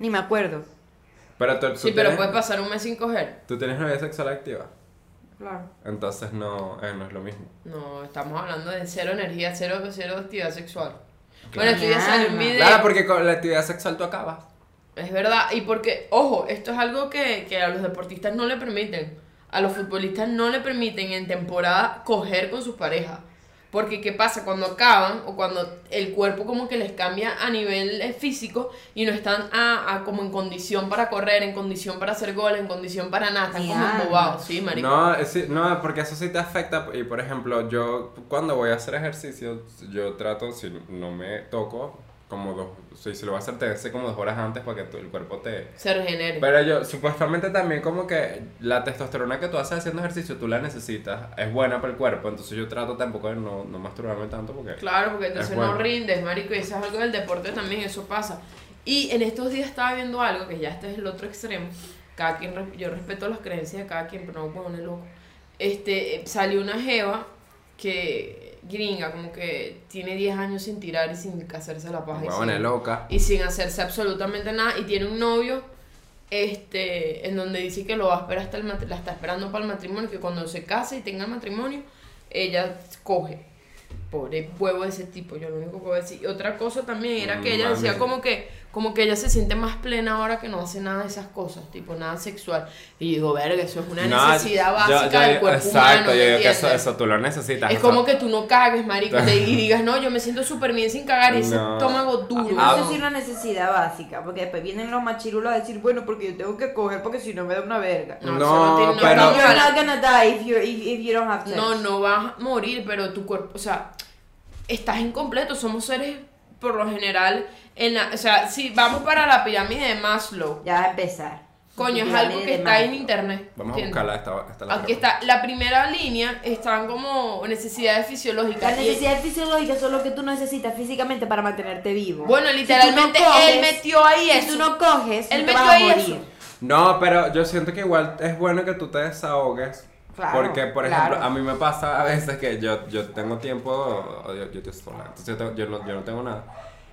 Ni me acuerdo. Pero tú, tú Sí, pero tienes, puede pasar un mes sin coger. tú tienes novia sexual activa. Claro. Entonces no, eh, no es lo mismo. No, estamos hablando de cero energía, cero, cero actividad sexual. Claro. Bueno, esto ya sale un Eh. video. Claro, porque con la actividad sexual tú acabas. Es verdad, y porque, ojo, esto es algo que, que a los deportistas no le permiten. A los futbolistas no le permiten en temporada coger con sus parejas. Porque, ¿qué pasa? Cuando acaban o cuando el cuerpo como que les cambia a nivel eh, físico y no están a, a como en condición para correr, en condición para hacer goles, en condición para nada, están Mi como alma. embobados, ¿sí, marico? No, eh, sí, no, porque eso sí te afecta. Y por ejemplo, yo cuando voy a hacer ejercicio, yo trato, si no me toco, como dos, si, si lo vas a hacer, te hace como dos horas antes para que tu- el cuerpo te... Se regenere. Pero yo, supuestamente también como que la testosterona que tú haces haciendo ejercicio, tú la necesitas, es buena para el cuerpo, entonces yo trato tampoco de no, no masturbarme tanto porque... Claro, porque entonces Es bueno. no rindes, marico, y eso es algo del deporte también, eso pasa. Y en estos días estaba viendo algo, que ya este es el otro extremo, cada quien, res- yo respeto las creencias de cada quien, pero no me pone loco. Este, eh, salió una jeva que, gringa, como que tiene 10 años sin tirar y sin hacerse la paja. y Huevona sin- loca. y sin hacerse absolutamente nada y tiene un novio este en donde dice que lo va a esperar hasta el matri- la está esperando para el matrimonio que cuando se case y tenga el matrimonio ella coge pobre huevo de ese tipo yo lo único que voy a decir y otra cosa también era que ella Mami. decía como que como que ella se siente más plena ahora que no hace nada de esas cosas tipo nada sexual y digo verga eso es una No, necesidad yo- básica yo- del cuerpo Exacto, humano yo ¿me digo que eso, entiendes? eso tú lo necesitas. es eso- como que tú no cagues marico te- [LAUGHS] y digas no yo me siento súper bien sin cagar y ese No. estómago duro Ah, Eso sí es la necesidad básica, porque después vienen los machirulos a decir, bueno, porque yo tengo que coger porque si no me da una verga. No, No, eso no tiene- pero- no, No, you're ojalá- not gonna die if, you're, if, if you don't have sex. no, no vas a morir, pero tu cuerpo, o sea, estás incompleto. Somos seres, por lo general, en la, o sea, si vamos para la pirámide de Maslow, Ya va a empezar. coño, es Pirámide algo de que está en Maslow. internet. Vamos a ¿entiendes? buscarla, esta, esta la Aquí creo. está, la primera línea están como necesidades fisiológicas. Las y- necesidades fisiológicas son lo que tú necesitas físicamente para mantenerte vivo. Bueno, Si tú literalmente no coges- él metió ahí Si eso. tú no coges, Él no te metió vas a ahí morir. eso. No, pero yo siento que igual es bueno que tú te desahogues. Claro, porque, por claro. ejemplo, a mí me pasa a veces que yo, yo tengo tiempo, o- o yo, yo estoy sola, entonces yo, tengo- yo no, yo no tengo nada.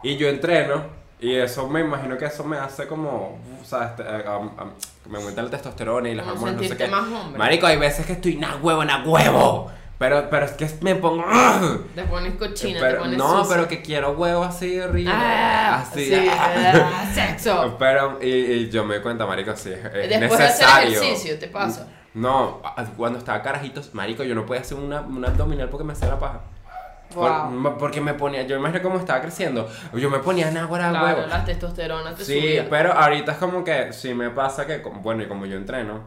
Y yo entreno, y eso me imagino que eso me hace como, o sea, este, eh, am- am- me aumenta el testosterona y las Como hormonas, no sé sentirte qué. más hombre. Marico, hay veces que estoy na huevo, na huevo. Pero, pero es que me pongo... "Ugh". Te pones cochina, te Pero- pones no, sucia. pero que quiero huevo así, horrible. Ah, así. sí, ah. [LAUGHS] ah, sexo. Pero, y, y yo me di cuenta, marico, sí, es es Después de hacer necesario. ejercicio, ¿te pasa? No, a- cuando estaba carajitos, marico, yo no podía hacer una, una abdominal porque me hacía la paja. Por- Wow. ma- porque me ponía, yo me imagino cómo estaba creciendo. Yo me ponía en agua Claro, huevo. las testosteronas te Sí, subían. pero ahorita es como que sí me pasa que, como- bueno, y como yo entreno,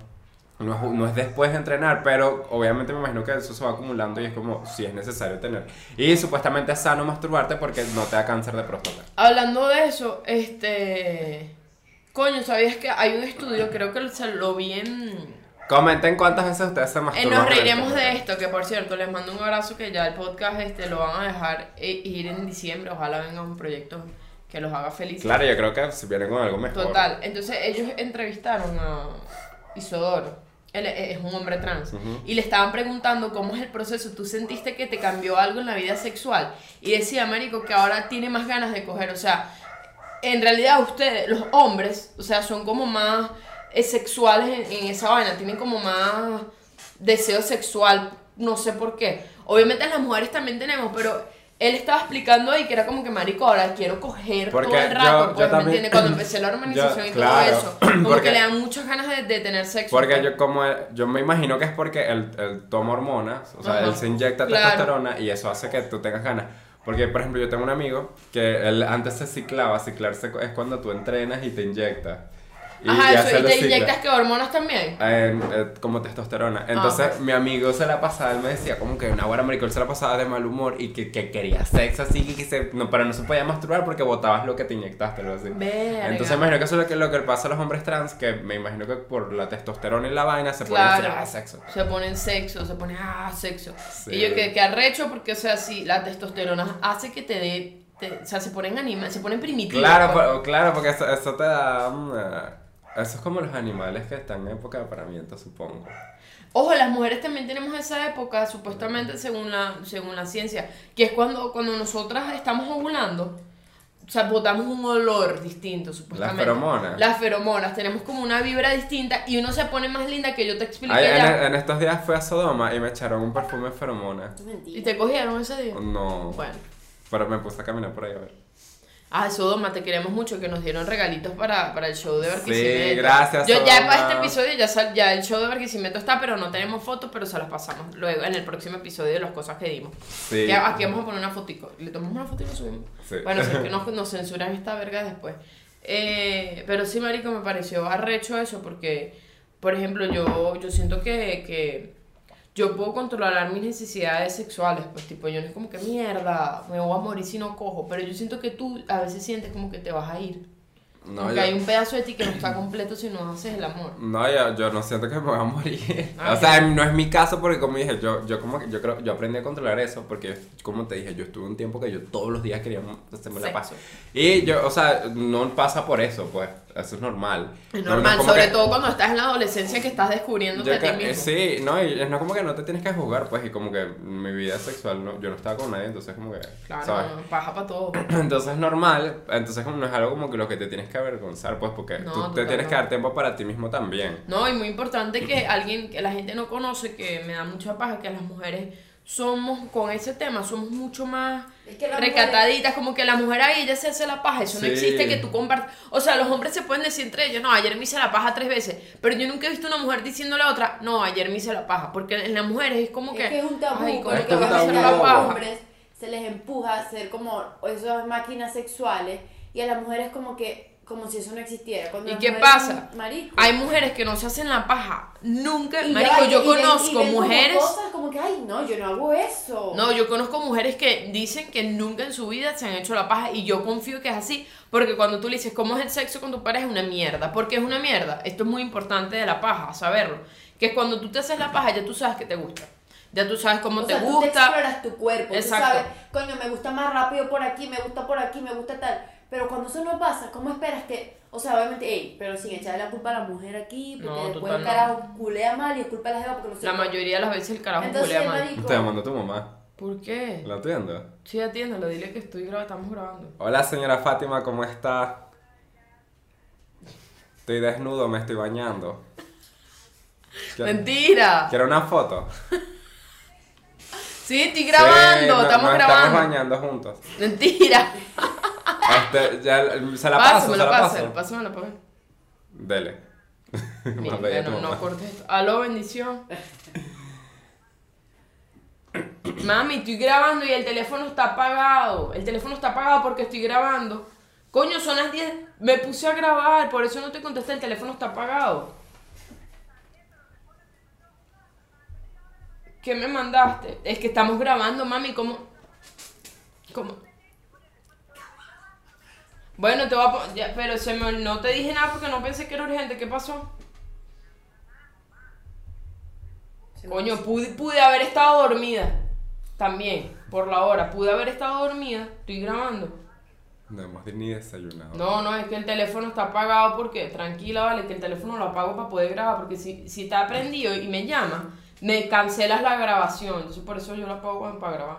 no es, no es después de entrenar, pero obviamente me imagino que eso se va acumulando y es como si es necesario tener. Y supuestamente es sano masturbarte porque no te da cáncer de próstata. Hablando de eso, este. Coño, ¿sabías que hay un estudio? Creo que se lo vi en. Comenten cuántas veces ustedes se Eh, masturban. nos en este el reiremos de comentario. esto, que por cierto, les mando un abrazo que ya el podcast este lo van a dejar e- ir en diciembre. Ojalá venga un proyecto que los haga felices. Claro, yo creo que si vienen con algo mejor. Total. Entonces ellos entrevistaron a Isodoro. Él e- es un hombre trans. Y le estaban preguntando cómo es el proceso. ¿Tú sentiste que te cambió algo en la vida sexual? Y decía, Marico, que ahora tiene más ganas de coger. O sea, en realidad ustedes, los hombres, o sea, son como más eh, sexuales en, en esa vaina. Tienen como más deseo sexual. No sé por qué. Obviamente las mujeres también tenemos, pero... Él estaba explicando ahí que era como que, marico, ahora quiero coger Porque todo el yo- rato, yo pues, ¿me también- entiendes? [CLEARS THROAT] Cuando empecé la hormonización y Yo- claro, todo [CLEARS THROAT] eso, como porque- que le dan muchas ganas de, de tener sexo. pues. Porque yo como él- yo me imagino que es porque él, él toma hormonas, o sea, Ajá. él se inyecta Claro. testosterona y eso hace que tú tengas ganas. Porque, por ejemplo, yo tengo un amigo que él antes se ciclaba, ciclarse es cuando tú entrenas y te inyectas. Y Ajá, ya eso, se y lo te cicla. inyectas que hormonas también. Eh, eh, como testosterona. Entonces, ok. mi amigo se la pasaba, él me decía como que una hora maricol se la pasaba de mal humor y que, que quería sexo así, que, que se- no, pero no se podía masturbar porque botabas lo que te inyectaste, algo así. Verga. Entonces, me imagino que eso es lo que, lo que le pasa a los hombres trans, que me imagino que por la testosterona y la vaina se pueden Claro. hacer ah, sexo. Se ponen sexo, se ponen ah, sexo. Sí. Y yo que, que arrecho porque, o sea, sí, la testosterona hace que te dé, te- o sea, se ponen anima, se ponen primitivos. Claro, pues. por- claro, porque eso, eso te da... mm, eh, eso es como los animales que están en época de aparamiento, supongo. Ojo, las mujeres también tenemos esa época, supuestamente según la, según la ciencia, que es cuando, cuando nosotras estamos ovulando, o sea, botamos un olor distinto, supuestamente. feromonas. Las feromonas, tenemos como una vibra distinta y uno se pone más linda que yo te expliqué Ay, en, e, ya. en estos días fui a Sodoma y me echaron un perfume de feromona. Esto es mentira. Y te cogieron ese día. No. Bueno. Pero me puse a caminar por ahí a ver. Ah, Sodoma, te queremos mucho, que nos dieron regalitos para, para el show de Sí, Barquisimeto. gracias, Yo ya Sodoma. para este episodio, ya, sal- ya el show de Barquisimeto está, pero no tenemos fotos, pero se las pasamos luego en el próximo episodio de las cosas que dimos. Sí. Que aquí vamos a poner una fotico. Le tomamos una foto y lo subimos. Sí. Bueno, si es que [LAUGHS] nos, nos censuran esta verga después. Eh, pero sí, marico, me pareció arrecho eso porque, por ejemplo, yo, yo siento que, que yo puedo controlar mis necesidades sexuales, pues tipo, yo no es como que mierda, me voy a morir si no cojo, pero yo siento que tú a veces sientes como que te vas a ir. No, Porque yo, hay un pedazo de ti que no está completo si no haces el amor. no yo, yo no siento que me voy [LAUGHS] a morir. Ah, o sea, no es mi caso porque como dije, yo, yo como que- yo creo, yo aprendí a controlar eso porque como te dije, yo estuve un tiempo que yo todos los días quería hacerme la paz. Sexo. Y yo, o sea, no pasa por eso, pues, eso es normal. Es No, no normal, como sobre que- todo cuando estás en la adolescencia que estás descubriéndote Yo a ti ca- mismo. eh, sí, no, y es no como que no te tienes que jugar, pues, y como que mi vida sexual, no, yo no estaba con nadie, entonces como que, Claro, ¿sabes? [CLEARS THROAT] paja para todo. Entonces es normal, entonces como no es algo como que lo que te tienes que avergonzar, pues, porque No, tú te total, tienes que no. dar tiempo para ti mismo también. No, y muy importante que alguien que la gente no conoce, que me da mucha paja, que las mujeres somos, con ese tema, somos mucho más Es que las recataditas, como que la mujer ahí ella se hace la paja, eso Sí. no existe que tú compartas. O sea, los hombres se pueden decir entre ellos, no, ayer me hice la paja tres veces, pero yo nunca he visto una mujer diciendo a la otra, no, ayer me hice la paja, porque en las mujeres es como que. Es que es un tabú, "Ay, ¿cómo porque te vas a obviamente hacer a la los paja?". hombres se les empuja a ser como esas máquinas sexuales y a las mujeres como que como si eso no existiera. Cuando ¿Y las qué mujeres son pasa? Marico. Hay mujeres que no se hacen la paja nunca. Y Marico, ya, y- yo y ven- y conozco ven como mujeres. cosas como que, ay, no, yo no hago eso. No, yo conozco mujeres que dicen que nunca en su vida se han hecho la paja y yo confío que es así, porque cuando tú le dices cómo es el sexo con tu pareja es una mierda, porque es una mierda. Esto es muy importante de la paja, saberlo, que es cuando tú te haces la paja ya tú sabes que te gusta, ya tú sabes cómo O te sea, tú te gusta. exploras tu cuerpo, Exacto. tú sabes, coño, me gusta más rápido por aquí, me gusta por aquí, me gusta tal. Pero cuando eso no pasa, ¿cómo esperas que.? O sea, obviamente, ey, pero sin echarle la culpa a la mujer aquí, porque No, después el total, no. carajo culea mal y es culpa de la jeva porque no sé la qué. mayoría de las veces el carajo Entonces, culea mal. marico, Te mando tu mamá, ¿Por qué? ¿la atiendo? Sí, atiéndelo, dile que estoy grabando, estamos grabando. Hola, señora Fátima, ¿cómo está? Estoy desnudo, me estoy bañando. ¿Quiere- Mentira. ¿Quiere una foto? Sí, estoy Sí, grabando, no- estamos nos grabando. Estamos bañando juntos. Mentira. Este, ya, se la paso, se Pásamelo, la pásamelo, paso. pásamelo, pásamelo. Dele. Mira, [LAUGHS] Más bella tu bueno, no mamá. cortes esto. Aló, bendición. Mami, estoy grabando y el teléfono está apagado. El teléfono está apagado porque estoy grabando. Coño, son las 10. Me puse a grabar, por eso no te contesté. El teléfono está apagado. ¿Qué me mandaste? Es que estamos grabando, mami. ¿Cómo? ¿Cómo? Bueno, te voy a poner. Pero se me, no te dije nada porque no pensé que era urgente. ¿Qué pasó? Coño, pude, pude haber estado dormida. También, por la hora. Pude haber estado dormida. Estoy grabando. No hemos ni desayunado. No, no, es que el teléfono está apagado porque, tranquila, vale, que el teléfono lo apago para poder grabar, porque si, si está prendido y me llama, me cancelas la grabación, entonces por eso yo lo apago bueno, para grabar.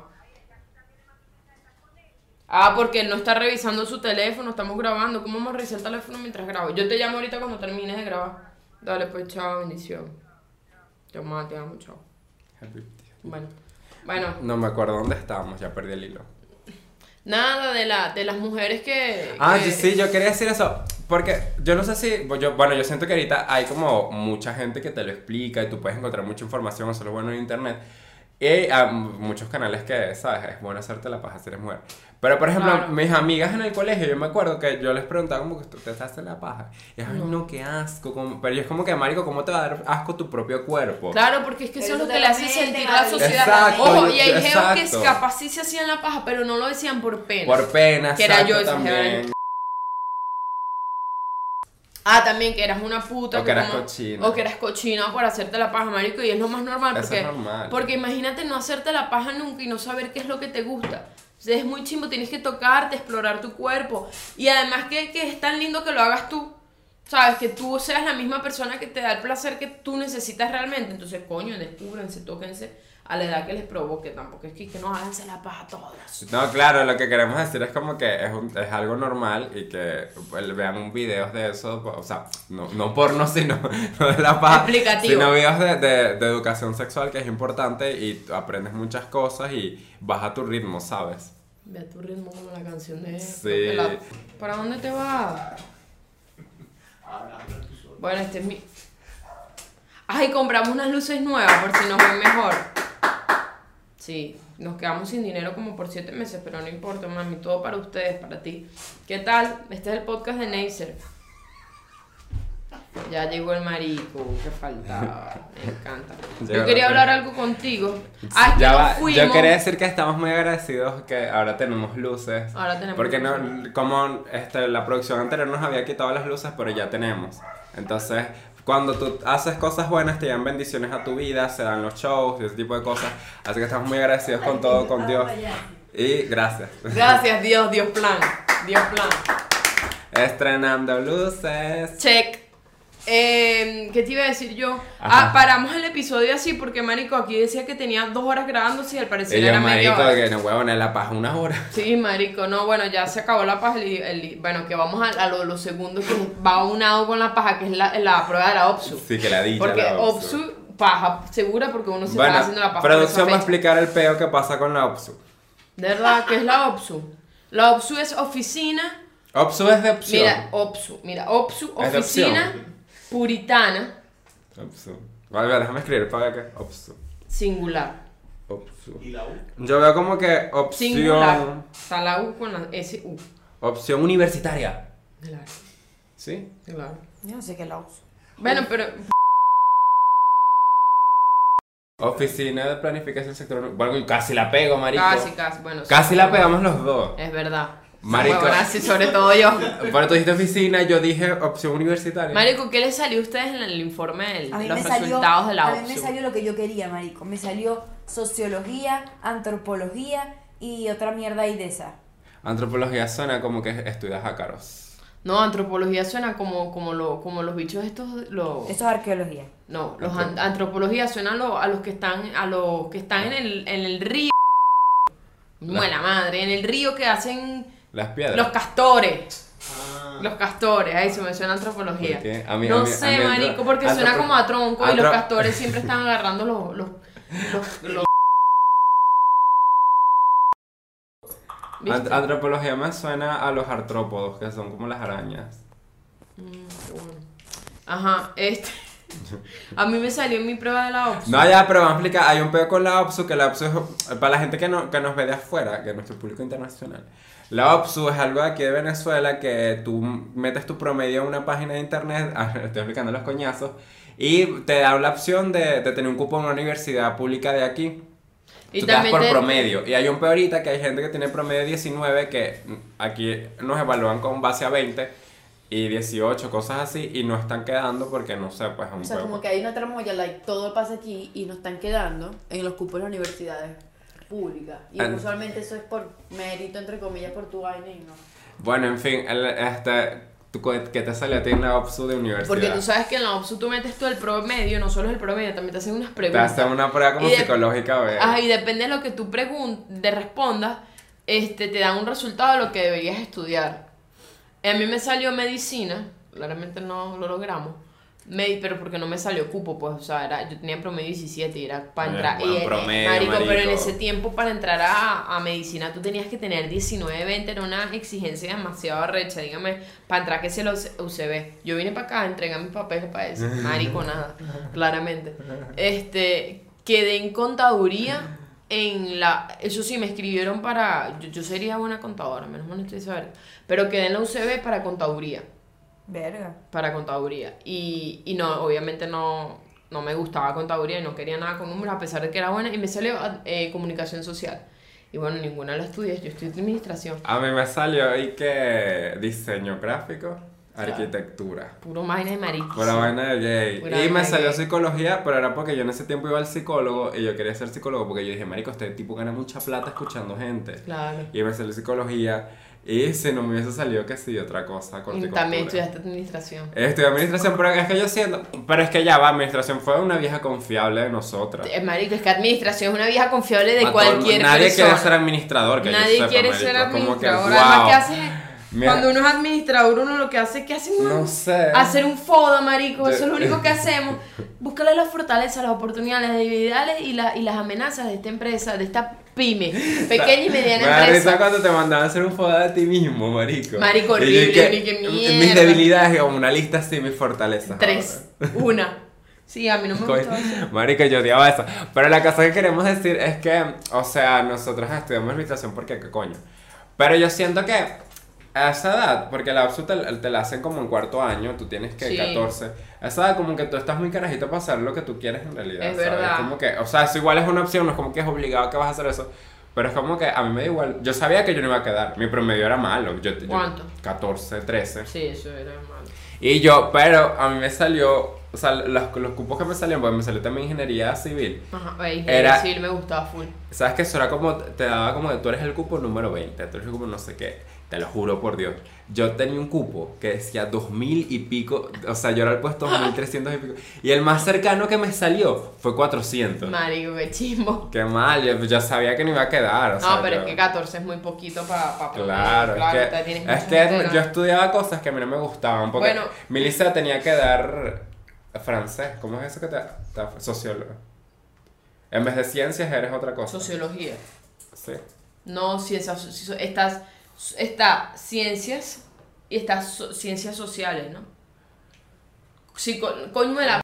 Ah, porque él no está revisando su teléfono, estamos grabando, ¿cómo vamos a revisar el teléfono mientras grabo? Yo te llamo ahorita cuando termines de grabar. Dale, pues, chao, bendición. Te amo, te amo, chao. Bueno, bueno, No me acuerdo dónde estábamos, ya perdí el hilo. nada de, la, de las mujeres que... Ah, que- yo- sí, yo quería decir eso. Porque yo no sé si. Yo, bueno, yo siento que ahorita hay como mucha gente que te lo explica y tú puedes encontrar mucha información, eso es lo bueno en internet. Y hay ah, muchos canales que, ¿sabes? Es bueno hacerte la paja si eres mujer. Pero, por ejemplo, Claro. mis amigas en el colegio, yo me acuerdo que yo les preguntaba como que ustedes hacen la paja. Y ay, no, qué asco. como- Pero yo es como que, marico, ¿cómo te va a dar asco tu propio cuerpo? Claro, porque es que eso Pero es lo que eso te le lo hace meten, sentir la Gabriel. sociedad. Exacto, Ojo, yo- y hay geos que exacto. capaz sí se hacían la paja, pero no lo decían por pena. Por pena, Que era yo exacto, esa jeva. también. Ah, también que eras una puta. O que eras cochina. O que eras cochina por hacerte la paja, marico. Y es lo más normal. Eso Porque, es normal. porque imagínate no hacerte la paja nunca y no saber qué es lo que te gusta. O sea, es muy chimbo, tienes que tocarte, explorar tu cuerpo. Y además que, que es tan lindo que lo hagas tú. Sabes, que tú seas la misma persona que te da el placer que tú necesitas realmente. Entonces, coño, descúbranse, tóquense a la edad que les provoque. Tampoco es que, que no háganse la paja todas. No, claro, lo que queremos decir es como que es, un- es algo normal y que pues, vean un videos de eso, o sea, no, no porno, [LAUGHS] sino no de la paz, Explicativo. sino videos de, de- de educación sexual que es importante y tú aprendes muchas cosas y vas a tu ritmo, ¿sabes? Ve a tu ritmo como la canción de... Sí. Pelado. ¿Para dónde te vas? Bueno, este es mi... Ay, compramos unas luces nuevas por si nos ven mejor. Sí, nos quedamos sin dinero como por siete meses, pero no importa, mami, todo para ustedes, para ti. ¿Qué tal? Este es el podcast de Neisser. Ya llegó el marico, que faltaba. Me encanta. Llegó Yo quería la- hablar algo contigo. Ah, es que Ya nos va, fuimos. yo quería decir que estamos muy agradecidos que ahora tenemos luces. Ahora tenemos Porque luces. no, como este, la producción anterior nos había quitado las luces, pero ya tenemos. Entonces, cuando tú haces cosas buenas, te dan bendiciones a tu vida, se dan los shows, ese tipo de cosas. Así que estamos muy agradecidos con todo, con Dios. Y gracias. Gracias, Dios, Dios plan. Dios plan. [LAUGHS] Estrenando luces. Check. Eh, ¿Qué te iba a decir yo? Ajá. Ah, paramos el episodio así porque, marico, aquí decía que tenía dos horas grabándose y al parecer Y yo, era media marico, hora. que no voy a poner la paja una hora. [LAUGHS] Sí, marico, no, bueno, ya se acabó la paja. el- el- bueno, que vamos a, a lo de los segundos que va unado con la paja, que es la, la prueba de la OPSU. Sí, que la di. ya porque la OPSU, obsu. paja segura, porque uno se Bueno, está haciendo la paja. por esa producción va a fecha. explicar el peo que pasa con la OPSU. ¿De verdad? ¿Qué es la OPSU? La OPSU es oficina. OPSU es de opción. Mira, OPSU, mira, OPSU, Es de opción. oficina puritana, Opsu. Vale, vale, déjame escribir para acá. Opsu. singular. Opsu. Y la U. Yo veo como que Singular. opción. Está la U con la S-U. Opción universitaria. Claro, ¿Sí? claro. Yo no sé qué la uso. Bueno, pero. Oficina de planificación sectorial. Bueno, casi la pego, marico. Casi, casi. Bueno, sí. Casi la pegamos los dos. Es verdad. Marico. Bueno, ahora sí, sobre todo [LAUGHS] yo. Bueno, tú dijiste oficina, yo dije opción universitaria. Marico, ¿qué les salió a ustedes en el informe de A mí, los me salió, resultados de la a mí me OPSU? salió lo que yo quería, marico. Me salió sociología, antropología y otra mierda ahí de esa. Antropología suena como que estudias ácaros. No, antropología suena como, como, lo, como los bichos estos, los... Eso es arqueología. No, los an- antropología suena a, lo- a los que están, a los que están Ah. en el, en el río. Muela madre, en el río que hacen Las piedras. los castores. Ah. Los castores, ahí se me suena antropología. ¿Por qué? A mí- no a mí- a sé, mí antro- marico, porque suena antropo- como a tronco y los antro- [LAUGHS] castores siempre están agarrando los, los, los, los- ¿Viste? Ant- antropología me suena a los artrópodos, que son como las arañas. Mm, qué bueno. Ajá, [LAUGHS] este. A mí me salió en mi prueba de la opción. No, ya, pero vamos a explicar. Hay un pedo con la OPSU, que la OPSU es, para la gente que, no, que nos ve de afuera, que es nuestro público internacional. La OPSU es algo de aquí de Venezuela que tú metes tu promedio en una página de internet, [LAUGHS] estoy explicando los coñazos, y te da la opción de, de tener un cupo en una universidad pública de aquí. tú te das por promedio. Y hay un peor ahorita que hay gente que tiene promedio 19 que mm, aquí nos evalúan con base a 20 y 18, cosas así, y no están quedando porque no sé, pues es un O sea, huevo. como que hay una tramoya, like, todo pasa aquí y nos están quedando en los cupos de las universidades públicas. Y Ah, no. usualmente eso es por mérito, entre comillas, por tu vaina y no. Bueno, en fin, el- este, ¿tú cu- ¿qué te salió a ti en la OPSU de universidad? Porque tú sabes que en la OPSU tú metes todo el promedio, no solo el promedio, también te hacen unas Te preguntas. hacen una prueba como Y de- psicológica, ¿ves? Ajá, y depende de lo que tú pregun- de respondas, este, te dan un resultado de lo que deberías estudiar. A mí me salió medicina, claramente no lo logramos. Me, pero porque no me salió cupo, pues, o sea, era, yo tenía promedio 17 y era para entrar. Eh, buen y, eh, promedio, marico, pero en marico. ese tiempo para entrar a, a medicina tú tenías que tener 19, 20, era una exigencia demasiado recha, dígame, para entrar que se los UCB. Yo vine para acá, entregué mis papeles para eso, marico, nada, claramente. Este, quedé en contaduría en la, eso sí, me escribieron para, yo, yo sería buena contadora, menos mal no estoy saber, pero quedé en la UCB para contaduría Verga. para contaduría. Y, y no, obviamente no, no me gustaba contaduría y no quería nada con números, a pesar de que era buena. Y me salió eh, comunicación social. Y bueno, ninguna de las estudias, yo estudié administración. A mí me salió y que diseño gráfico, arquitectura. Puro vaina de mariquis. Por la vaina de Pura gay. Y vaina me de salió gay. psicología, pero era porque yo en ese tiempo iba al psicólogo y yo quería ser psicólogo porque yo dije, marico, este tipo gana mucha plata escuchando gente. Claro. Y me salió psicología y si no me hubiese salido que sí, otra cosa. También horticultura. estudiaste administración. Estudié administración, pero es que yo siento. Pero es que ya va, administración fue una vieja confiable de nosotras. Eh, Marico, es que administración es una vieja confiable A de todo- cualquier nadie persona. quiere ser administrador, que yo Nadie sepa, quiere marico, ser como que, administrador. wow. Además, ¿qué haces? Mira, Cuando uno es administrador, uno lo que hace es que hace un- No sé. hacer un foda, marico. Yo- Eso es lo único que hacemos. Búscale las fortalezas, las oportunidades, las debilidades y, la- y las amenazas de esta empresa, de esta [LAUGHS] pyme, pequeña y Me mediana da risa empresa. cuando te mandaban a hacer un foda de ti mismo, marico. Marico, Y yo horrible, que, ni que Mis mierda. debilidades, como una lista así, mis fortalezas. Tres, una. Sí, a mí no me Coño, gustó eso. Marica, yo odiaba eso. Pero la cosa que queremos decir es que, o sea, nosotros estudiamos administración porque, ¿qué coño? Pero yo siento que a esa edad, porque la absu te, te la hacen como en cuarto año, tú tienes que Sí. 14. A esa edad como que tú estás muy carajito para hacer lo que tú quieres en realidad. Es ¿sabes? verdad. Como que, o sea, eso igual es una opción, no es como que es obligado que vas a hacer eso. Pero es como que a mí me da igual. Yo sabía que yo no iba a quedar. Mi promedio era malo. Yo, yo- ¿Cuánto? 14, 13. Sí, eso era malo. Y yo, pero a mí me salió, o sea, los, los cupos que me salían, porque me salió también ingeniería civil. Ajá, veis, Era- sí, me gustaba full. ¿Sabes que Eso era como, te daba como que tú eres el cupo número 20, tú eres el cupo no sé qué. Te lo juro por Dios. Yo tenía un cupo que decía 2000 y pico, o sea, yo era el [GASPS] puesto 2300 y pico. Y el más cercano que me salió fue 400. Marico, qué chimbo. Qué mal, yo ya sabía que no iba a quedar. O sea, No, pero yo- es que 14 es muy poquito para pa promedio, Claro, es te que, tienes es mucho que entero. yo estudiaba cosas que a mí no me gustaban. Porque Bueno. mi liceo tenía que dar francés. ¿Cómo es eso que te da? Sociólogo. En vez de ciencias eres otra cosa. Sociología. Sí. No, ciencias. so- so- Estas, está ciencias y estas so- ciencias sociales, ¿no? Sí, co- coño de la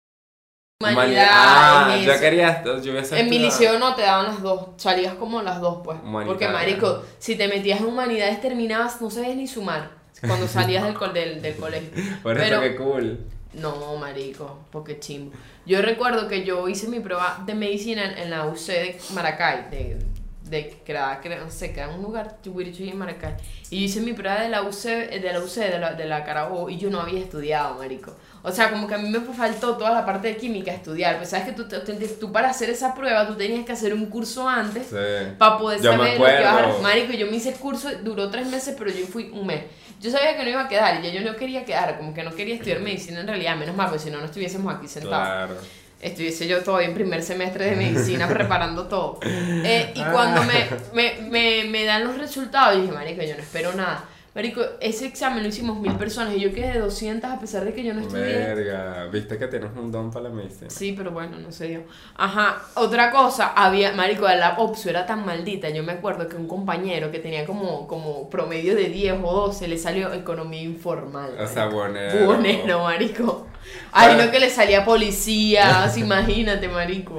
humanidad. Humani- Ah, es yo eso. quería esto, yo hubiese En mi estudiado- liceo no te daban las dos, salías como las dos, pues. Porque, Humanitaria. marico, si te metías en humanidades terminabas, no sabías ni sumar cuando salías del, col- del, del colegio. [LAUGHS] Por Pero- eso que cool. No, marico, porque chimbo. Yo recuerdo que yo hice mi prueba de medicina en, en la UC de Maracay, de, de que quedaba- que no sé, queda un lugar Tiburito y Maracay. Y yo hice mi prueba de la UC, eh, de la UC, de la, de la Carabobo, y yo no había estudiado, marico. O sea, como que a mí me faltó toda la parte de química estudiar. Pues sabes que tú, te- te- tú para hacer esa prueba, tú tenías que hacer un curso antes Sí. para poder Yo me saber lo que vas a acuerdo. Marico, yo me hice el curso, duró tres meses, pero yo fui un mes. Yo sabía que no iba a quedar y ya yo no quería quedar, como que no quería estudiar medicina en realidad, menos mal, porque si no, no estuviésemos aquí sentados. Claro. Estuviese yo todavía en primer semestre de [LAUGHS] medicina preparando todo. Eh, y cuando me, me, me, me dan los resultados, yo dije, Marico, yo no espero nada. Marico, ese examen lo hicimos mil personas y yo quedé de 200 a pesar de que yo no estudié. Verga. Viste que tienes un don para la medicina. Sí, pero bueno, no se dio. Ajá, otra cosa, había, marico, la OPSU era tan maldita, yo me acuerdo que un compañero que tenía como, como promedio de 10 o 12 le salió economía informal. O sea, marico. buonero. [LAUGHS] Buonero, marico. Ay, Bueno. no que le salía policía, así, imagínate, marico.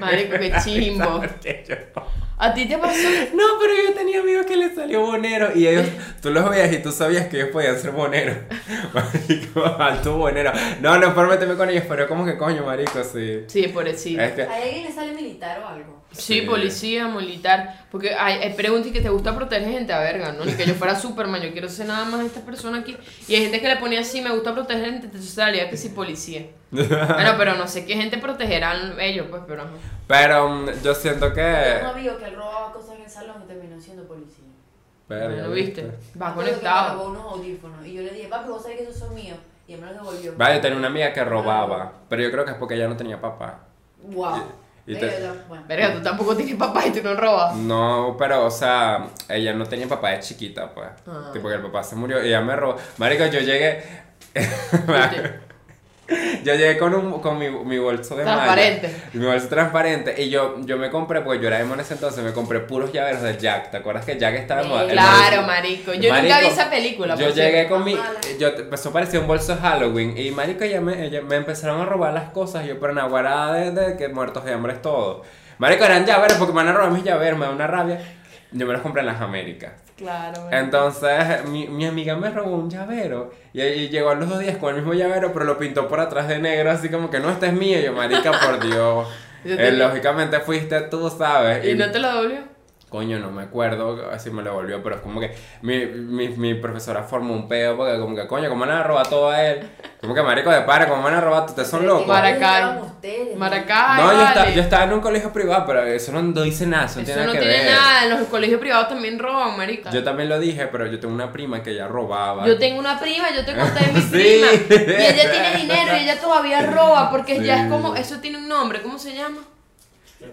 Marico, qué chimbo. ¿A ti te pasó? No, pero yo tenía amigos que les salió bonero y [LAUGHS] ellos, tú los veías y tú sabías que ellos podían ser boneros. Marico, alto bonero. No, no, por meterme con ellos, pero como que coño, marico, sí. Sí, pobrecito. Es que, ¿A alguien le sale militar o algo? Sí, Sí. policía, militar. Porque hay, hay preguntas que te gusta proteger gente a verga, ¿no? Ni que yo [LAUGHS] fuera Superman, yo quiero ser nada más esta persona aquí. Y hay gente que le ponía así, me gusta proteger gente, entonces salía que sí, policía. Bueno, pero no sé qué gente protegerán ellos, pues, pero. ajá. pero mm, yo siento que. Un amigo que él robaba cosas en el salón y terminó siendo policía. Verga, Bueno, viste. Va Recuerdo que me conectado. robó unos audífonos y yo le dije, papi, vos sabés que esos son míos. Y él me los devolvió. Vaya, yo tenía una amiga que robaba, pero yo creo que es porque ella no tenía papá. Wow. Y- y te- bueno. Verga, tú tampoco tienes papá y tú no [LAUGHS] robas. No, pero, o sea, ella no tenía papá de chiquita, pues. Ah. Tipo que el papá se murió y ella me robó. Marico, yo llegué. [LAUGHS] ¿Viste? Yo llegué con, un, con mi, mi bolso de Transparente. malla. Mi bolso transparente. Y yo, yo me compré, porque yo era emo en ese entonces, me compré puros llaveros de Jack. ¿Te acuerdas que Jack estaba de moda? El Claro, bolso- marico. Yo nunca vi esa película. Yo por llegué cierto. con mi. Yo, te- eso parecía un bolso de Halloween. Y marico, ya me, ya me empezaron a robar las cosas. y Yo, pero naguarada de, de que muertos de hambre es todo. Marico, eran llaveros porque me van a robar mis llaveros. Me da una rabia. Yo me los compré en las Américas. Claro, marico. Entonces, mi, mi amiga me robó un llavero y, y llegó a los dos días con el mismo llavero, pero lo pintó por atrás de negro, así como que no, este es mío. Y yo, marica, por Dios. [LAUGHS] Yo Eh, te- lógicamente fuiste tú, ¿sabes? ¿Y no te lo dobló? Coño, no me acuerdo así me lo volvió, pero es como que mi, mi, mi profesora formó un peo porque como que, coño, ¿cómo van a robar todo a él? Como que, marico, de para, ¿cómo van a robar? ¿Ustedes son locos? Para- Ustedes, Maracay. No, yo, vale. esta- yo estaba en un colegio privado, pero eso no, no dice nada, eso no Eso tiene no nada que tiene ver. nada. En los colegios privados también roban, marica. Yo también lo dije, pero yo tengo una prima que ya robaba. Yo tengo una prima, yo te [LAUGHS] conté de mi Sí. prima. Y [LAUGHS] ella tiene dinero y ella todavía roba porque ya es Sí. como, eso tiene un nombre, ¿cómo se llama?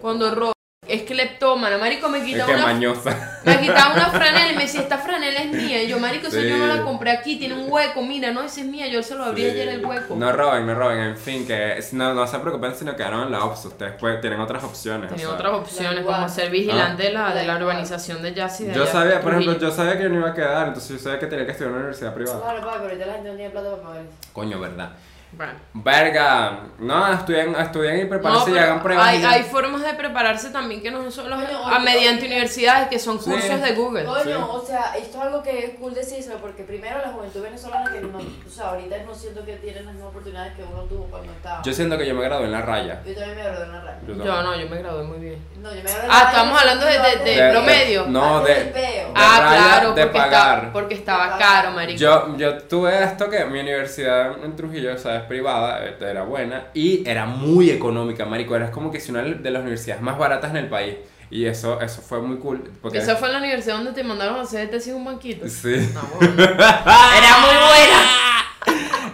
Cuando roba. Es cleptómana, marico, me Es quita que una mañosa. me quitaba [LAUGHS] una franela y me decía, esta franela es mía. Y yo, marico, eso Sí. yo no la compré aquí, tiene un hueco, mira, no, esa es mía, yo se lo abrí Sí. ayer el hueco. No roben, no roben, en fin, que es- no, no se preocupen si no quedaron en la OPS. Ustedes pueden- tienen otras opciones. Tenía o sea. otras opciones, como ser vigilante de, la, de la urbanización de Jassy. de Yo allá, sabía, por ejemplo, Trujillo. yo sabía que yo no iba a quedar, entonces yo sabía que tenía que estudiar en una universidad privada. Claro, papi, pero ahorita la gente no tiene plata para pagar eso. Coño, ¿verdad? Bueno. Verga, no, estudian, estudian y No, prepárense y pero hagan pruebas. hay, y ya. hay formas de prepararse también que no son los Pero, a oye, mediante oye. universidades que son Sí. cursos de Google. Coño, Sí. o sea, esto es algo que es cool decírselo porque primero la juventud venezolana que no, o sea, ahorita no siento que tienen las mismas oportunidades que uno tuvo cuando estaba. Yo siento que yo me gradué en la raya. Yo también me gradué en la radio. Yo Yo también. no, yo me gradué muy bien. No, yo me gradué en la Ah, radio, estamos hablando de, de- de De- de- promedio. no, de- peo. de ah, raya, claro, de porque, esta- pagar. porque estaba De pagar. caro, marico. Yo, yo tuve esto que mi universidad en Trujillo, o sea, es privada, este, era buena y era muy económica, marico. Era como que si una de las universidades más baratas en el país. Y eso, eso fue muy cool. Porque... Esa fue la universidad donde te mandaron a hacer de tesis un banquito. Sí. No, [LAUGHS] bueno. Era muy buena.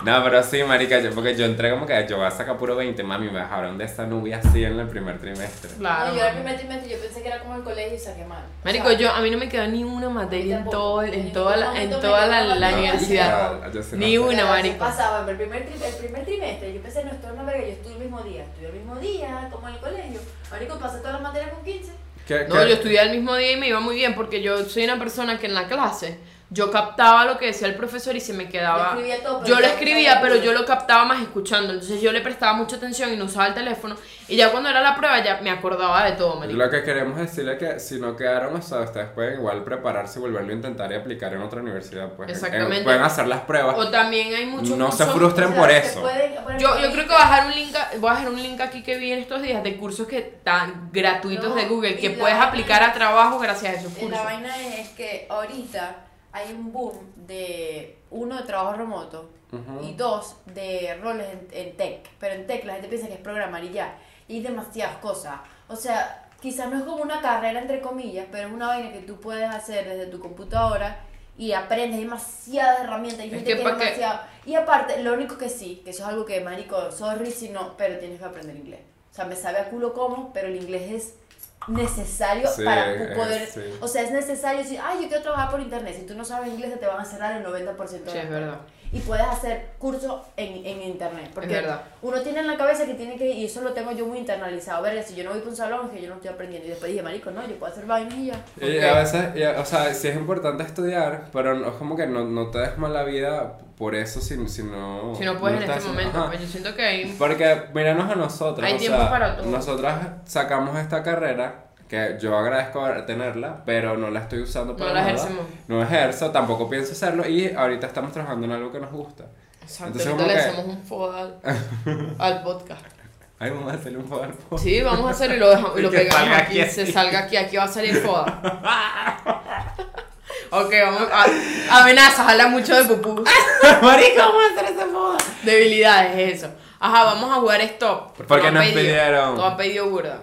No, pero sí, marica, yo, porque yo entré como que yo voy a sacar puro 20, mami, me bajaron de esa nube así en el primer trimestre. Claro. No, yo era el mami. primer trimestre, yo pensé que era como el colegio y saqué mal. O Marico, sea, yo a mí no me quedó ni una materia en tampoco. todo el- en En toda ningún la en momento me toda la, quedó la nada. universidad. No, yo sí Ni no una, sé. Pero así marico. Pasaba, pero el primer, tri- el primer trimestre, yo pensé, no, esto es una verga, yo estudio el mismo día, estudio el mismo día, como en el colegio. Marico, pasé todas las materias con 15. ¿Qué- No, qué- yo estudié el mismo día y me iba muy bien porque yo soy una persona que en la clase yo captaba lo que decía el profesor y se me quedaba. Yo escribía todo, pero Yo lo yo no escribía, sabía pero leer. yo lo captaba más escuchando. Entonces yo le prestaba mucha atención y no usaba el teléfono. Y ya cuando era la prueba ya me acordaba de todo, marico. Lo que queremos decirle es que si no quedaron, o sea, ustedes pueden igual prepararse y volverlo a intentar y aplicar en otra universidad. Pues, En- Exactamente. pueden hacer las pruebas. O también hay muchos. No se cursos- frustra- Frustren O sea, por se eso. pueden- por ejemplo, Yo, yo creo que voy a dejar un link, a- voy a dejar un link aquí que vi en estos días de cursos que están gratuitos No, de Google que y la- puedes aplicar a trabajo gracias a esos Eh, cursos. La vaina es, es que ahorita hay un boom de, uno, de trabajo remoto Ujú. y dos, de roles en, en tech. Pero en tech la gente piensa que es programar y ya. Y hay demasiadas cosas. O sea, quizás no es como una carrera, entre comillas, pero es una vaina que tú puedes hacer desde tu computadora y aprendes demasiadas herramientas. Y, Es gente que que pa' es que- demasiado- y aparte, lo único que sí, que eso es algo que, marico, sorry si no, pero tienes que aprender inglés. O sea, me sabe a culo cómo, pero el inglés es necesario Sí, para eh, tu poder. sí. O sea, es necesario decir, ay, yo quiero trabajar por internet. Si tú no sabes inglés, te van a cerrar el 90% de las Sí, es verdad. y puedes hacer cursos en, en internet. Porque verdad. uno tiene en la cabeza que tiene que ir, y eso lo tengo yo muy internalizado. Verga, si yo no voy para un salón, es que yo no estoy aprendiendo. Y después dije, marico, no, yo puedo hacer vainas y ya. Y a veces, y a- o sea, sí es importante estudiar, pero no, es como que no, no te des mala vida por eso si, si no... Si no puedes en estás este haciendo- momento, ajá. pues yo siento que hay Porque míranos a nosotros. Hay o tiempo sea, para todo. Nosotras sacamos esta carrera, que yo agradezco tenerla, pero no la estoy usando para No la nada. ejercemos. No ejerzo, tampoco pienso hacerlo y ahorita estamos trabajando en algo que nos gusta. Exacto, Entonces, ahorita como le que- hacemos un foda al, al podcast. Ay, vamos a hacerle un favor. Sí, vamos a hacerlo y lo, dejamos, y lo Que pegamos salga aquí. aquí Se así. salga aquí, aquí va a salir [LAUGHS] foda. ok, vamos a. Amenazas, habla mucho de pupú. [LAUGHS] [LAUGHS] Marico, vamos a hacer ese favor. Debilidades, eso. Ajá, vamos a jugar stop. Porque no han nos pedido- pidieron. No han pedido burda.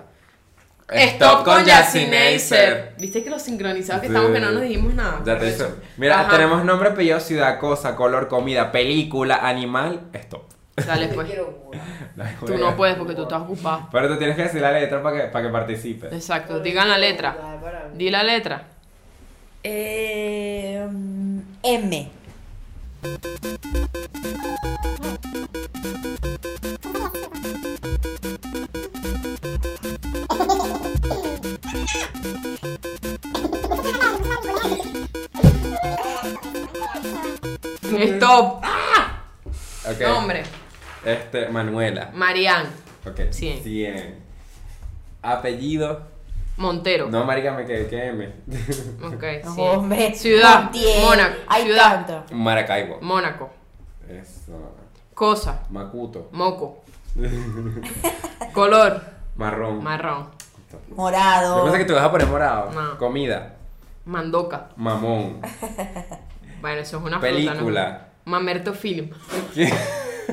Yasin Yacineiser. ¿Viste que los sincronizados que estamos que no nos dijimos nada? Ya te hizo. Mira, Ajá. tenemos nombre, apellido, ciudad, cosa, color, comida, película, animal, stop. Dale, [LAUGHS] Te pues. quiero, burro. Tú no puedes porque tú estás ocupado. Pero tú tienes que decir la letra para que, para que participes. Exacto, digan la letra. Di la letra. Eh, mm, M. Stop. Ok. Nombre. Este, Manuela. Marian Ok. Cien. Cien. Apellido. Montero. No, marica, me quedé que M. Ok, No, sí. hombre. Ciudad, Montiel. Mónaco, Hay ciudad. tanto. Maracaibo. Mónaco. Eso. Cosa. Macuto. Moco. Color. Marrón. Marrón. Yo Morado. pensé que te vas a poner morado. No. Comida. Mandoca. [LAUGHS] Mamón. Bueno, eso es una Película. fruta, ¿no? Mamerto film. Está inventando. Está [LAUGHS]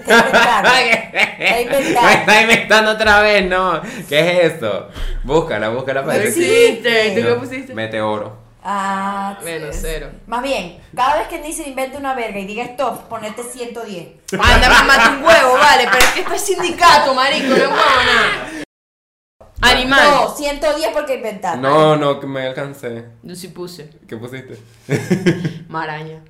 [LAUGHS] Me inventando. está inventando otra vez, no. ¿Qué es eso? Búscala, búscala para No ver si- existe. ¿Tú qué No, pusiste? Meteoro. Ah, sí. Menos cero. Más bien, cada vez que Nice inventa una verga y diga stop, ponete 110. Ah, Anda, mamate un huevo, Oh, vale, pero es que esto es sindicato, marico, no es huevo nada. Animal. No, 110 porque Ah, inventaste. No, no, que me alcancé. Yo sí puse. ¿Qué pusiste? Maraña.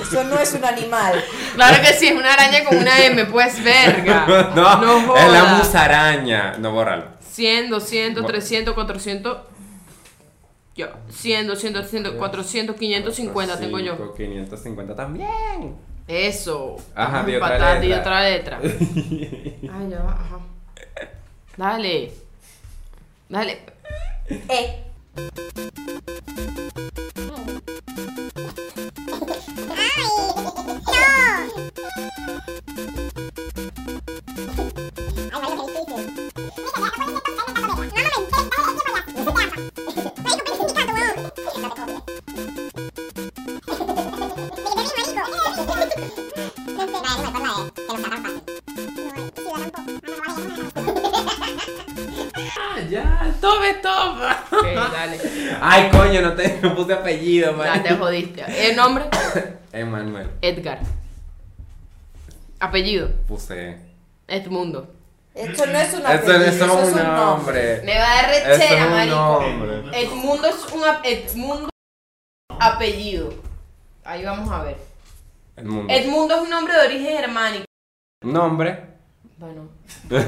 Eso no es un animal. Claro que sí, es una araña con una M, pues verga. [LAUGHS] no, es la joda. musaraña. No, bórralo. 100, 200, Bu- 300, 400. Yo. 100, 200, 300, 400, 550 tengo yo. 550 también. Eso. Ajá, di otra Patata y letra. otra letra. [LAUGHS] Ay, ya va, ajá. Dale. Dale. E. ya, tome, toma. Ok, dale. Ay, coño, no te [LAUGHS] no puse apellido, Ya te man. jodiste. ¿El nombre? [LAUGHS] Emanuel, Edgar. Apellido. puse. Edmundo. Eso no es un Eso, apellido, eso es un nombre. nombre. Me va a dar Eso rechera, es un marico. nombre. Edmundo es un ap- Edmundo apellido. Ahí vamos a ver. El mundo. Edmundo es un nombre de origen germánico. Nombre. Bueno,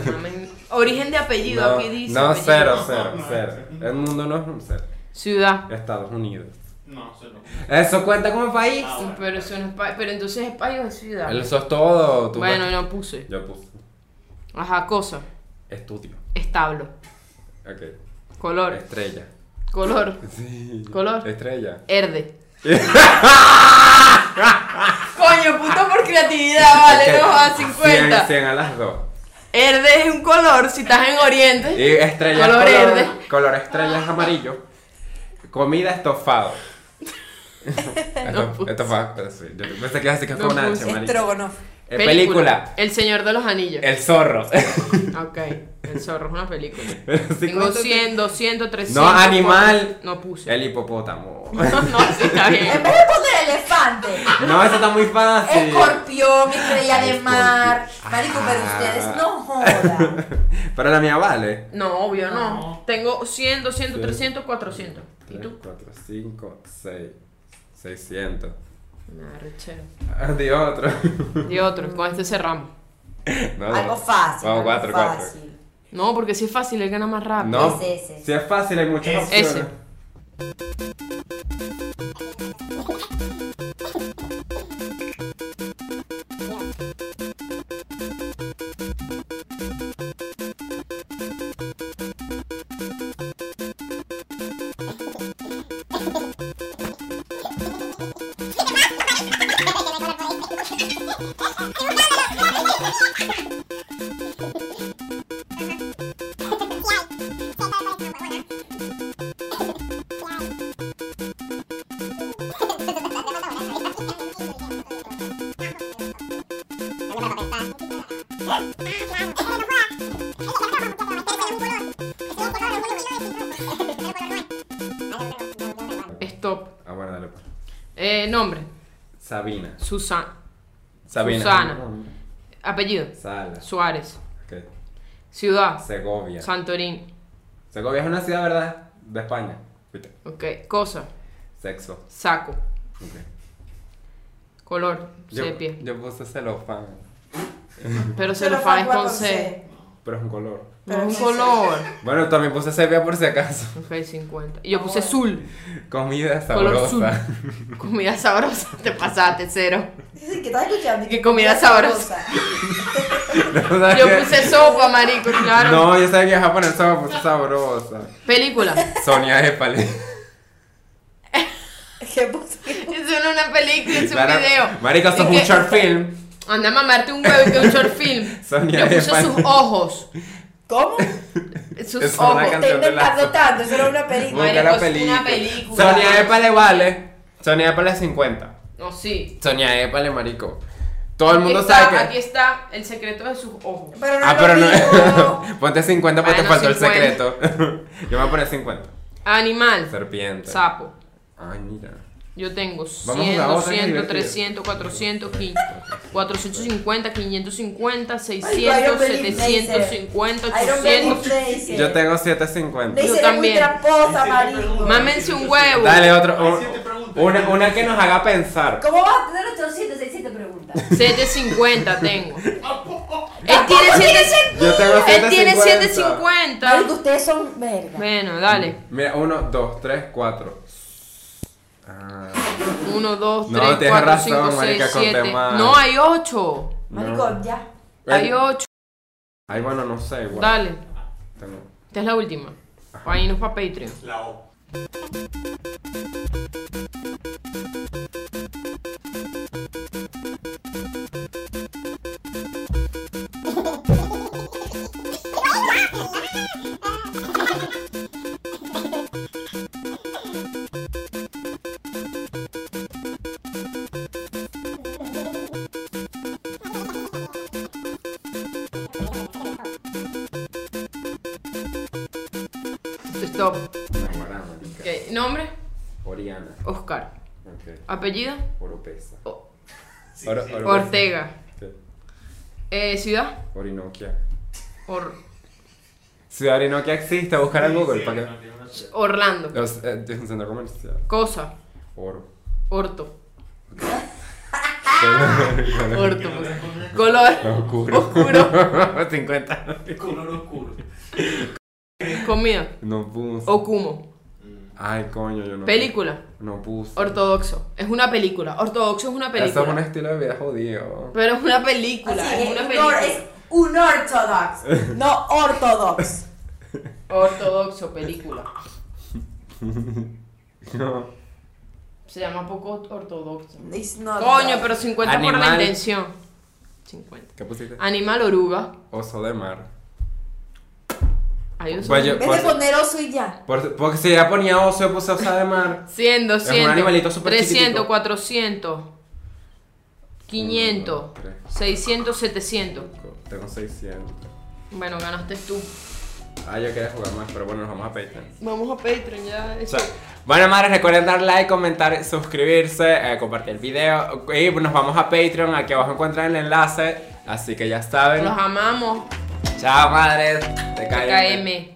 mamen. origen de apellido, No, aquí dice. no, apellido. cero, cero, cero. El mundo no es un cero. Ciudad. Estados Unidos. No, solo. Eso cuenta como país. Ah, bueno. Pero, eso no es pa- pero entonces es país o es ciudad. Eso es todo. tú Bueno, ves. no puse. Yo puse Ajá, cosa. estudio. Establo. Ok. Color. Estrella. Color. Sí. Color. Estrella. [LAUGHS] Herde. Coño, punto por creatividad, Ah, [LAUGHS] vale, no a 50. 100, a las 2. Herde es un color, si estás en Y Oriente. estrella Color es color, verde. color estrella es amarillo. Comida [LAUGHS] estofado. Esto- puse. estofado. sí. Yo pensé que iba a decir que fue No una H, puse. marico. Estrogonoff. Eh, película. Eh. El Señor de los Anillos. El zorro. [LAUGHS] Ok, el zorro es una película. Pero sí, Tengo ¿cuánto- 100, 200, 300. No, animal. 400. No puse. El hipopótamo. [LAUGHS] No, no, sí, está En bien. vez de poner elefante, No, eso está muy fácil. escorpión, estrella de Escorpión. mar. Marico, pero Ah. ustedes no jodan. Pero la mía vale. No, obvio no. No. Tengo 100, 200, Sí. 300, 400. ¿Y 3, tú? 4, 5, 6, 600. Nada, rechero. Ah, Di otro. [LAUGHS] Y otro, con este cerramos. No, no. Algo fácil. Vamos, algo 4, 4. fácil. No, porque si es fácil, él gana más rápido. No, Es ese. si es fácil hay muchas Ese. opciones. Stop. Ah, bueno, dale. pues. Eh, nombre. Sabina. Susana. Sabina. Susana. Apellido. Sala. Suárez. Ok. Ciudad. Segovia. Santorín. Segovia es una ciudad, ¿verdad? De España. Viste. Ok. Cosa. Sexo. Saco. Ok. Color. Yo, Sepia. yo puse celofán. Pero se Pero lo fagas fue con C. Pero es un color. No es un color. Bueno, también puse sepia por si acaso. [LAUGHS] Ok, 50. Y yo puse azul. Comida Color sabrosa. Comida sabrosa. Te pasaste, cero. Sí, ¿Qué estás escuchando? Que comida sabrosa. [LAUGHS] [LAUGHS] No, ¿sabes Yo qué? puse sopa, marico, claro. No, yo sabía que iba a poner sopa, puse sabrosa. Película. Sonia Epale. ¿Qué puso? ¿Qué Eso no es una película, es un Claro. video. Marico, eso Y es un que- short film. Anda a mamarte un huevo y que un short film. [LAUGHS] Sonia Yo puse Epale. sus ojos. ¿Cómo? Sus Es una ojos. canción. Te inventando tanto, eso era una película. Marico, Busca la es una película. película. Sonia Epale vale. Sonia Epale 50. No, sí. Sonia Epale, marico. Todo el mundo Aquí está- sabe que. Aquí está el secreto de sus ojos. Pero no Ah, lo pero digo. no. [LAUGHS] Ponte 50 porque te Bueno, faltó el 50. secreto. [LAUGHS] Yo me voy a poner 50. Animal. Serpiente. Sapo. Ay, mira. Yo tengo a 100, jugar, vamos a 200, divertir. 300, 400, 450, 550, Iron 600, Man 750, Iron Man 800. Blazer. Yo tengo 750. Blazer es muy también. tramposa, marico. Mámense [LAUGHS] un huevo. Dale otro. Hay un- siete preguntas. una, una que nos haga pensar. ¿Cómo vas? Tener 800, 600 preguntas. 750 [LAUGHS] tengo. Él tiene 750. Yo tengo 750. Él tiene Marico, 750. ustedes son verga. Bueno, dale. Mira, 1, 2, 3, 4. Ah. 1, 2, No, 3, tienes 4, razón, 5, 6, marica, conté 7. mal. No, hay 8. Marico, ya. Hay 8. Ay, bueno, no sé, igual. Dale. Tengo- Esta es la última. Para irnos para Patreon. La O. Stop. Naguará, marica. Ok, Nombre: Oriana. Oscar. Ok. Apellido: Oropesa. O- Oro- Oropesa. Ortega. Ok. Eh, ciudad: Orinoquia. Or- Ciudad Orinoquia existe, buscar en Google para que. Orlando. Los- eh, Es un centro comercial. Cosa: Oro. Orto. Orto. Orto. pues. Color: Oscuro. [LAUGHS] Oscuro. 50. Color oscuro. Comida: No puse. Okumo. Ay, coño, yo no. Película: No puse. Ortodoxo. Es una película. Ortodoxo es una Eso es un película. estilo de vida jodido. [LAUGHS] Pero es una Así película. Es una es, un or- película. es un ortodox, no ortodox. Ortodoxo, película. No. Se llama poco ortodoxo. It's not Coño, that. pero 50 por la Animal. intención. 50. ¿Qué pusiste? Animal oruga. Oso de mar. Hay un Pues yo- En vez de poner oso y ya. Por- porque si ya ponía oso, yo puse oso de mar. 100, un 200, animalito súper 300, chiquitico. 400, 500, Uno, dos, 600, 700. Tengo 600. Bueno, ganaste tú. Ah, yo quería jugar más, pero bueno, nos vamos a Patreon. Vamos a Patreon ya. O sea, bueno, madres, recuerden dar like, comentar, suscribirse, eh, compartir el video. Y nos vamos a Patreon. Aquí abajo encuentran el enlace. Así que ya saben. Los amamos. Chao, madres. Te KM.